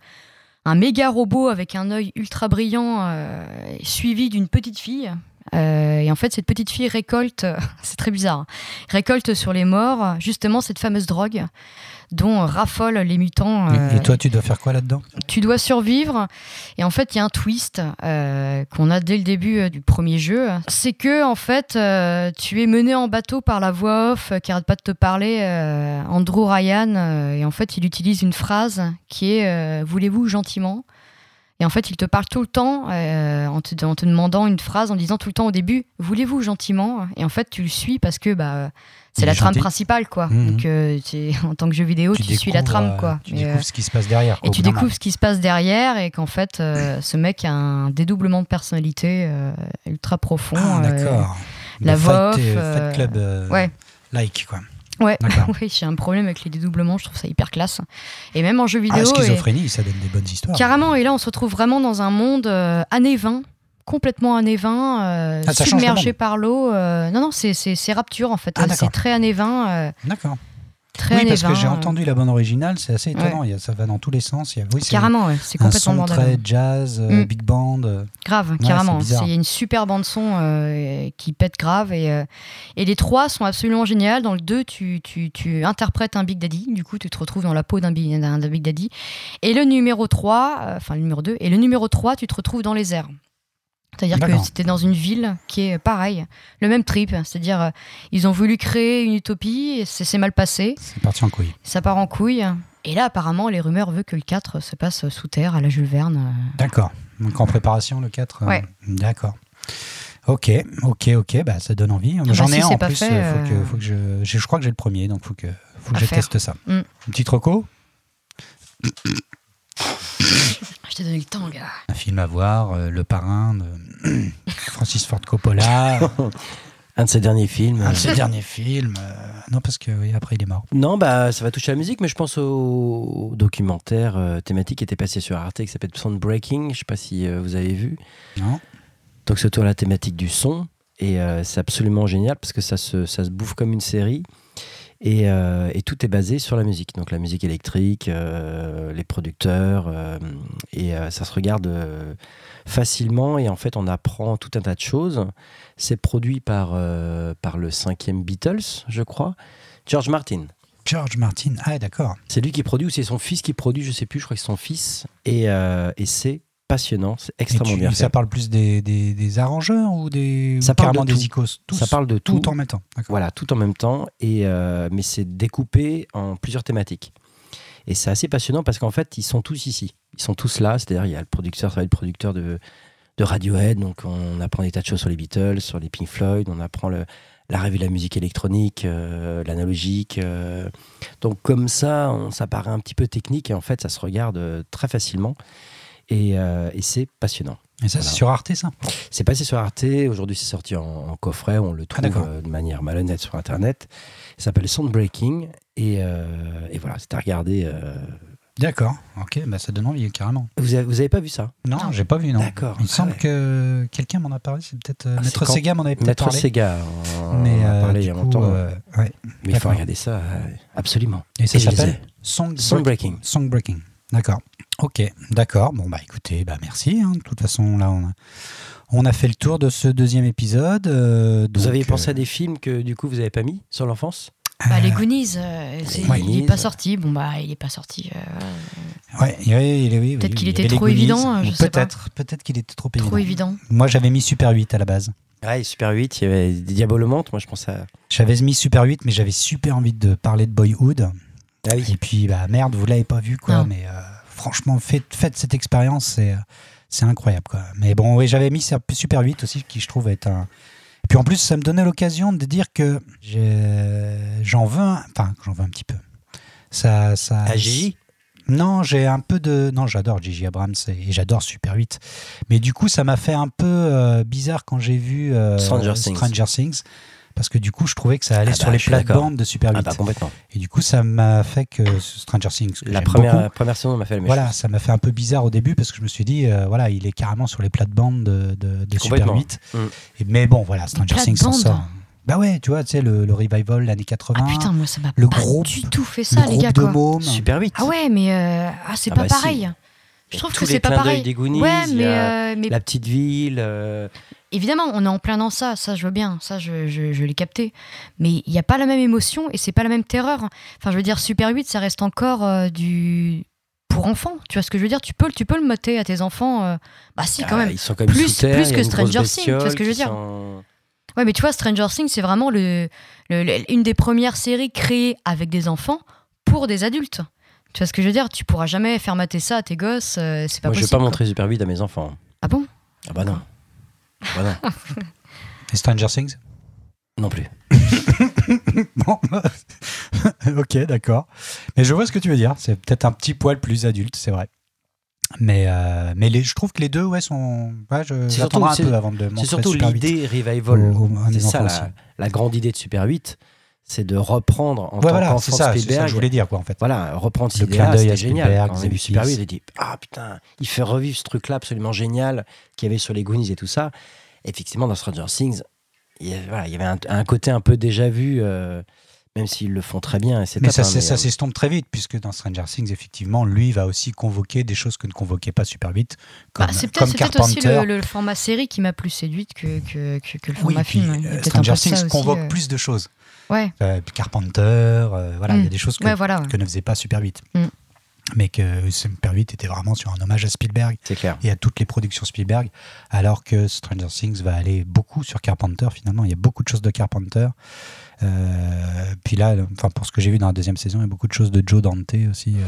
C: un méga robot avec un œil ultra brillant, euh, suivi d'une petite fille. Euh, et en fait, cette petite fille récolte, <laughs> c'est très bizarre, hein, récolte sur les morts justement cette fameuse drogue dont raffolent les mutants.
A: Et-
C: euh,
A: Et toi, tu dois faire quoi là-dedans
C: tu dois survivre. Et en fait, il y a un twist euh, qu'on a dès le début euh, du premier jeu. C'est que, en fait, euh, tu es mené en bateau par la voix off euh, qui arrête pas de te parler, euh, Andrew Ryan. euh, et en fait, il utilise une phrase qui est euh, Voulez-vous gentiment Et en fait, il te parle tout le temps euh, en, te, en te demandant une phrase, en disant tout le temps au début Voulez-vous gentiment Et en fait, tu le suis parce que bah, euh,
A: Il
C: c'est
A: est
C: la trame
A: gentil.
C: principale, quoi.
A: Mhm.
C: Donc, euh, tu- en tant que jeu vidéo, tu, suis la
A: découvres,
C: trame,
A: euh,
C: quoi.
A: Tu
C: Mais, euh,
A: découvres ce qui se passe derrière.
C: et
A: au
C: tu
A: bout d'un moment.
C: découvres ce qui se passe derrière et qu'en fait, euh, ce mec a un dédoublement de personnalité euh, ultra profond.
A: Ah,
C: euh,
A: d'accord.
C: la
A: Le
C: voix
A: Fight,
C: off,
A: euh, Fight
C: euh,
A: Club euh,
C: ouais.
A: like, quoi.
C: Ouais. <laughs>
A: D'accord.
C: Oui, j'ai un problème avec les dédoublements, je trouve ça hyper classe. Et même en jeu
A: Ah,
C: vidéo.
A: la
C: et-
A: schizophrénie, ça donne des bonnes histoires.
C: Carrément, et là, on se retrouve vraiment dans un monde euh, années 20 complètement années 20, euh,
A: Ah, ça change
C: submergé
A: vraiment.
C: par l'eau. euh, non, non, c'est- c'est c'est Rapture en fait.
A: Ah,
C: Euh, c'est
A: d'accord.
C: très années 20. euh,
A: D'accord.
C: très
A: oui,
C: années
A: parce que
C: 20,
A: j'ai
C: euh,
A: entendu la bande originale, c'est assez étonnant. Il y a- ça va dans tous les sens. Il y a, oui, c'est
C: euh, Carrément, ouais, c'est
A: un
C: complètement
A: son
C: bordel.
A: très jazz, euh,
C: Mm.
A: big band. euh,
C: Grave,
A: c'est
C: carrément.
A: bizarre.
C: C'est- Il y a une super bande son euh, qui pète grave. Et, euh, et les trois sont absolument géniales. Dans le 2, tu, tu, tu interprètes un Big Daddy. Du coup, tu te retrouves dans la peau d'un Big, d'un- d'un Big Daddy. Et le numéro 3, euh, enfin le numéro 2, et le numéro 3, tu te retrouves dans les airs. C'est-à-dire que
A: D'accord.
C: c'était dans une ville qui est pareil, le même trip. C'est-à-dire, euh, ils ont voulu créer une utopie, et c'est c'est mal passé,
A: c'est parti en couille.
C: ça part en couille. Et là, apparemment, les rumeurs veulent que le 4 se passe sous terre à la Jules Verne. euh,
A: D'accord. Donc en préparation, le 4. euh,
C: Ouais.
A: D'accord. Ok, ok, ok, bah, ça donne envie. J'en
C: Ah si
A: ai un
C: c'est
A: en
C: pas
A: plus.
C: fait,
A: euh, faut que,
C: euh,
A: faut que je, j'ai- je crois que j'ai le premier, donc faut que, faut que
C: À
A: je
C: faire.
A: teste ça.
C: Mm.
A: Une petite reco
C: Je t'ai donné le temps, gars.
A: Un film à voir, euh, Le Parrain de <clears throat> Francis Ford
C: <laughs>
A: Coppola,
B: Un de ses derniers films.
A: un de ses
B: euh,
A: derniers films. euh, non, parce que oui, après il est mort.
B: Non, bah, ça va toucher à la musique, mais je pense au, au documentaire euh, thématique qui était passé sur Arte qui s'appelle Soundbreaking. Je sais pas si euh, vous avez vu.
A: Non
B: Donc c'est autour de la thématique du son et euh, c'est absolument génial parce que ça se, ça se bouffe comme une série et, euh, et tout est basé sur la musique. Donc la musique électrique, euh, les producteurs euh, et euh, ça se regarde euh, facilement et en fait on apprend tout un tas de choses. C'est produit par, euh, par le cinquième Beatles, je crois, George Martin.
A: George Martin, ah d'accord.
B: C'est lui qui produit ou c'est son fils qui produit, je sais plus, je crois que c'est son fils et, euh, et c'est passionnant, c'est
A: Et
B: extrêmement
A: tu-
B: bien
A: ça
B: fait.
A: parle plus des, des, des arrangeurs ou des
B: Ça
A: ou
B: parle
A: carrément
B: de
A: des
B: tout.
A: icônes tous,
B: Ça parle de tout.
A: tout en même temps. D'accord.
B: Voilà, tout en même temps, et, euh, mais c'est découpé en plusieurs thématiques. Et c'est assez passionnant parce qu'en fait, ils sont tous ici. Ils sont tous là, c'est-à-dire il y a le producteur, ça va être le producteur de, de Radiohead, donc on apprend des tas de choses sur les Beatles, sur les Pink Floyd, on apprend le- l'arrivée de la musique électronique, euh, l'analogique. euh. donc comme ça, on, ça paraît un petit peu technique, et en fait, ça se regarde euh, très facilement, et, euh, et c'est passionnant.
A: Et ça,
B: Voilà.
A: c'est sur Arte, ça
B: C'est passé sur Arte, aujourd'hui c'est sorti en, en coffret, on le trouve
A: d'accord.
B: euh, de manière malhonnête sur Internet. Ça s'appelle Soundbreaking et, euh, et voilà, c'est à regarder. euh.
A: D'accord, ok, bah ça donne envie carrément.
B: Vous, avez, vous avez pas vu ça
A: Non, j'ai pas vu, non.
B: D'accord.
A: Il me
B: Ah
A: semble
B: ouais.
A: que quelqu'un m'en a parlé, c'est peut-être euh,
B: Ah, c'est
A: Maître
B: quand-
A: Sega m'en avait peut-être
B: Maître
A: parlé.
B: Sega, on
A: Mais
B: en a
A: euh,
B: parlé il y
A: du
B: a
A: coup,
B: longtemps,
A: euh, ouais.
B: mais il faut
A: d'accord.
B: regarder ça, euh, absolument.
A: Et ça
B: Et je les
A: s'appelle
B: ai.
A: Song
B: Soundbreaking.
A: Songbreaking. D'accord. Ok, d'accord. Bon, bah écoutez, bah merci. hein. De toute façon, là, on a, on a fait le tour de ce deuxième épisode. euh,
B: Vous
A: donc,
B: avez
A: euh, ah,
B: pensé à des films que du coup vous avez pas mis sur l'enfance
C: Bah, les Goonies, euh, c'est-
B: Ouais.
C: il n'est pas
B: Goonies.
C: sorti. Bon, bah, il n'est pas sorti. euh,
A: Ouais, il y avait- il y avait- oui,
C: Peut-être
A: il
C: qu'il
A: y
C: était
A: avait les
C: trop
A: Goonies.
C: évident, euh, je
A: Ou
C: sais pas.
A: Peut-être, peut-être qu'il était trop évident.
C: trop évident.
A: Moi, j'avais mis Super 8 à la base.
B: Ouais, Super 8, il y avait des Diabolomante, moi je pense à.
A: J'avais mis Super 8, mais j'avais super envie de parler de Boyhood.
B: Ah oui.
A: Et puis, bah merde, vous l'avez pas vu, quoi.
C: Non.
A: Mais euh, franchement, faites, faites cette expérience, c'est, euh, c'est incroyable, quoi. Mais bon, oui, j'avais mis Sup- Super 8 aussi, qui je trouve est un. Et puis en plus, ça me donnait l'occasion de dire que j'ai- j'en veux, un- enfin, que j'en veux un petit peu. Ça, ça.
B: À Ah, Gigi
A: Non, j'ai un peu de. Non, j'adore Gigi Abrams et et j'adore Super 8. Mais du coup, ça m'a fait un peu euh, bizarre quand j'ai vu euh,
B: Stranger Things.
A: Things, Parce que du coup, je trouvais que ça allait
B: Ah bah,
A: sur les
B: je suis d'accord.
A: plates-bandes de Super 8.
B: Ah bah complètement.
A: Et du coup, ça m'a fait que Stranger Things. que
B: La
A: j'aime beaucoup,
B: première, première saison m'a fait la même
A: voilà, ça m'a fait un peu bizarre au début parce que je me suis dit, euh, voilà, il est carrément sur les plates-bandes de, de- de Super
B: Complètement.
A: 8.
B: Mm.
A: Et, mais bon, voilà, Stranger Things s'en
C: plates-bandes
A: sort. Bah ouais, tu vois, tu sais, le, le revival l'année 80.
C: Ah putain, moi, ça m'a
A: le
C: pas
A: groupe-
C: du tout fait
A: le
C: ça, les
A: groupe
C: gars.
A: de
C: Quoi.
A: mômes.
B: chose. Super 8.
C: Ah ouais, mais euh, ah, c'est
B: Ah
C: pas
B: bah si.
C: pareil. Je
B: Et
C: trouve
B: tous
C: que
B: les
C: c'est pas
B: clins d'œil
C: pareil.
B: des Goonies,
C: ouais,
B: il y
C: mais,
B: a
C: euh, mais
B: La petite ville. euh,
C: évidemment, on est en plein dans ça. Ça, je veux bien. Ça, je, je, je l'ai capté. Mais il n'y a pas la même émotion et c'est pas la même terreur. Enfin, je veux dire, Super 8, ça reste encore euh, du pour enfants. Tu vois ce que je veux dire Tu peux, le- tu peux le motter à tes enfants. euh, Bah si, quand
B: Ah,
C: même.
B: Ils sont quand même
C: Plus-
B: sous terre,
C: plus
B: il y a
C: que
B: une grosse
C: Stranger Things, tu vois ce
B: bestiole
C: que je veux
B: qui
C: dire
B: sont-
C: Ouais, mais tu vois, Stranger Things, c'est vraiment le, le- le- une des premières séries créées avec des enfants pour des adultes. Tu vois ce que je veux dire Tu pourras jamais faire mater ça à tes gosses, euh, c'est pas
B: Moi, je vais
C: possible.
B: pas
C: quoi.
B: montrer Super 8 à mes enfants.
C: Ah bon
B: Ah bah non. Ah bah non.
C: <laughs>
A: Et Stranger Things
B: Non plus.
A: Bon, <laughs> ok, d'accord. Mais je vois ce que tu veux dire. C'est peut-être un petit poil plus adulte, c'est vrai. Mais, euh, mais les, je trouve que les deux, ouais, sont. Ouais, je
B: C'est
A: j'attendrai
B: surtout-
A: un peu avant de montrer
B: C'est surtout
A: Super 8
B: l'idée
A: au-
B: revival.
A: au- à mes
B: C'est ça
A: enfants aussi.
B: la, la grande idée de Super 8, c'est de reprendre en
A: Ouais,
B: tant
A: voilà, c'est
B: qu'enfant
A: ça, c'est ça que
B: Spielberg.
A: je voulais dire, quoi, en fait.
B: Voilà, reprendre
A: Le
B: cette
A: clin
B: idée-là,
A: d'œil à
B: c'était génial.
A: Spielberg,
B: Quand on a vu
A: Zemeckis.
B: Super 8, on a dit Ah putain, il fait revivre ce truc-là absolument génial qu'il y avait sur les Goonies et tout ça. Effectivement, dans Stranger Things, il y a- voilà, il y avait un, un côté un peu déjà vu. euh, Même s'ils le font très bien. Et c'est
A: Mais
B: top,
A: ça,
B: hein,
A: c'est- ça
B: euh,
A: s'estompe très vite, puisque dans Stranger Things, effectivement, lui va aussi convoquer des choses que ne convoquait pas super vite,
C: Bah,
A: comme,
C: c'est peut-être
A: comme
C: c'est peut-être
A: Carpenter.
C: aussi le, le format série qui m'a plus séduite que, que, que, que le
A: Oui,
C: format
A: et puis,
C: film. hein. Il y a
A: euh,
C: peut-être un
A: Stranger
C: peu de ça
A: Things
C: aussi,
A: convoque
C: euh,
A: plus de choses.
C: Ouais,
A: Euh, Carpenter, euh, voilà, il y a
C: Mm.
A: des choses que,
C: ouais, voilà.
A: que ne faisait pas Super 8.
C: Mm.
A: Mais que Super 8 était vraiment sur un hommage à Spielberg
B: C'est clair.
A: et à toutes les productions Spielberg, alors que Stranger Things va aller beaucoup sur Carpenter finalement. Il y a beaucoup de choses de Carpenter. Euh, puis là, enfin pour ce que j'ai vu dans la deuxième saison, il y a beaucoup de choses de Joe Dante aussi. euh.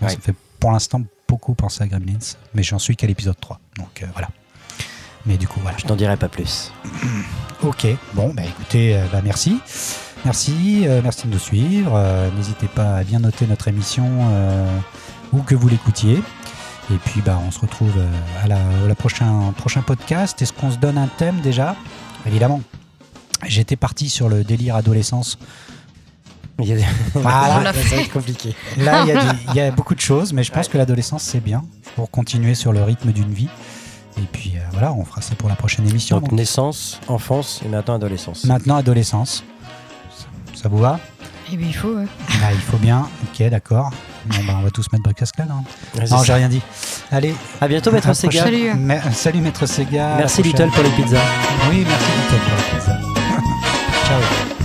A: ça
B: Ouais.
A: me fait pour l'instant beaucoup penser à Gremlins, mais j'en suis qu'à l'épisode 3. Donc euh, voilà. Mais du coup, voilà.
B: Je n'en dirai pas plus.
A: Ok, bon, bah écoutez, euh, bah, merci. Merci, euh, merci de nous suivre. Euh, N'hésitez pas à bien noter notre émission euh, où que vous l'écoutiez. Et puis, bah, on se retrouve euh, à la, au la prochain, prochain podcast. Est-ce qu'on se donne un thème déjà Évidemment. J'étais parti sur le délire adolescence.
B: <laughs> Il y a des-
A: Voilà.
B: <laughs>
C: On l'a
B: ça va
C: fait.
B: être compliqué.
A: Là, il y, a du- il y a beaucoup de choses, mais je pense que l'adolescence, c'est bien pour continuer sur le rythme d'une vie. Et puis, euh, voilà, on fera ça pour la prochaine émission.
B: Donc
A: Donc,
B: naissance, enfance et maintenant adolescence.
A: maintenant, adolescence. Ça- ça vous va
C: Et bien, Eh ben, il faut. hein. ouais.
A: Ah, il faut bien, ok, d'accord. Bon, bah, on va tous mettre Breakfast Club. hein.
B: Ouais, c'est
A: Non,
B: ça.
A: j'ai rien dit. Allez,
B: À bientôt, maître
A: à
B: Sega.
A: prochaine-
C: Salut.
A: Ma- salut, maître Sega. à la
B: Merci
A: prochaine.
B: Little pour les pizzas. <laughs>
A: Oui, merci Little pour la pizza. Ciao.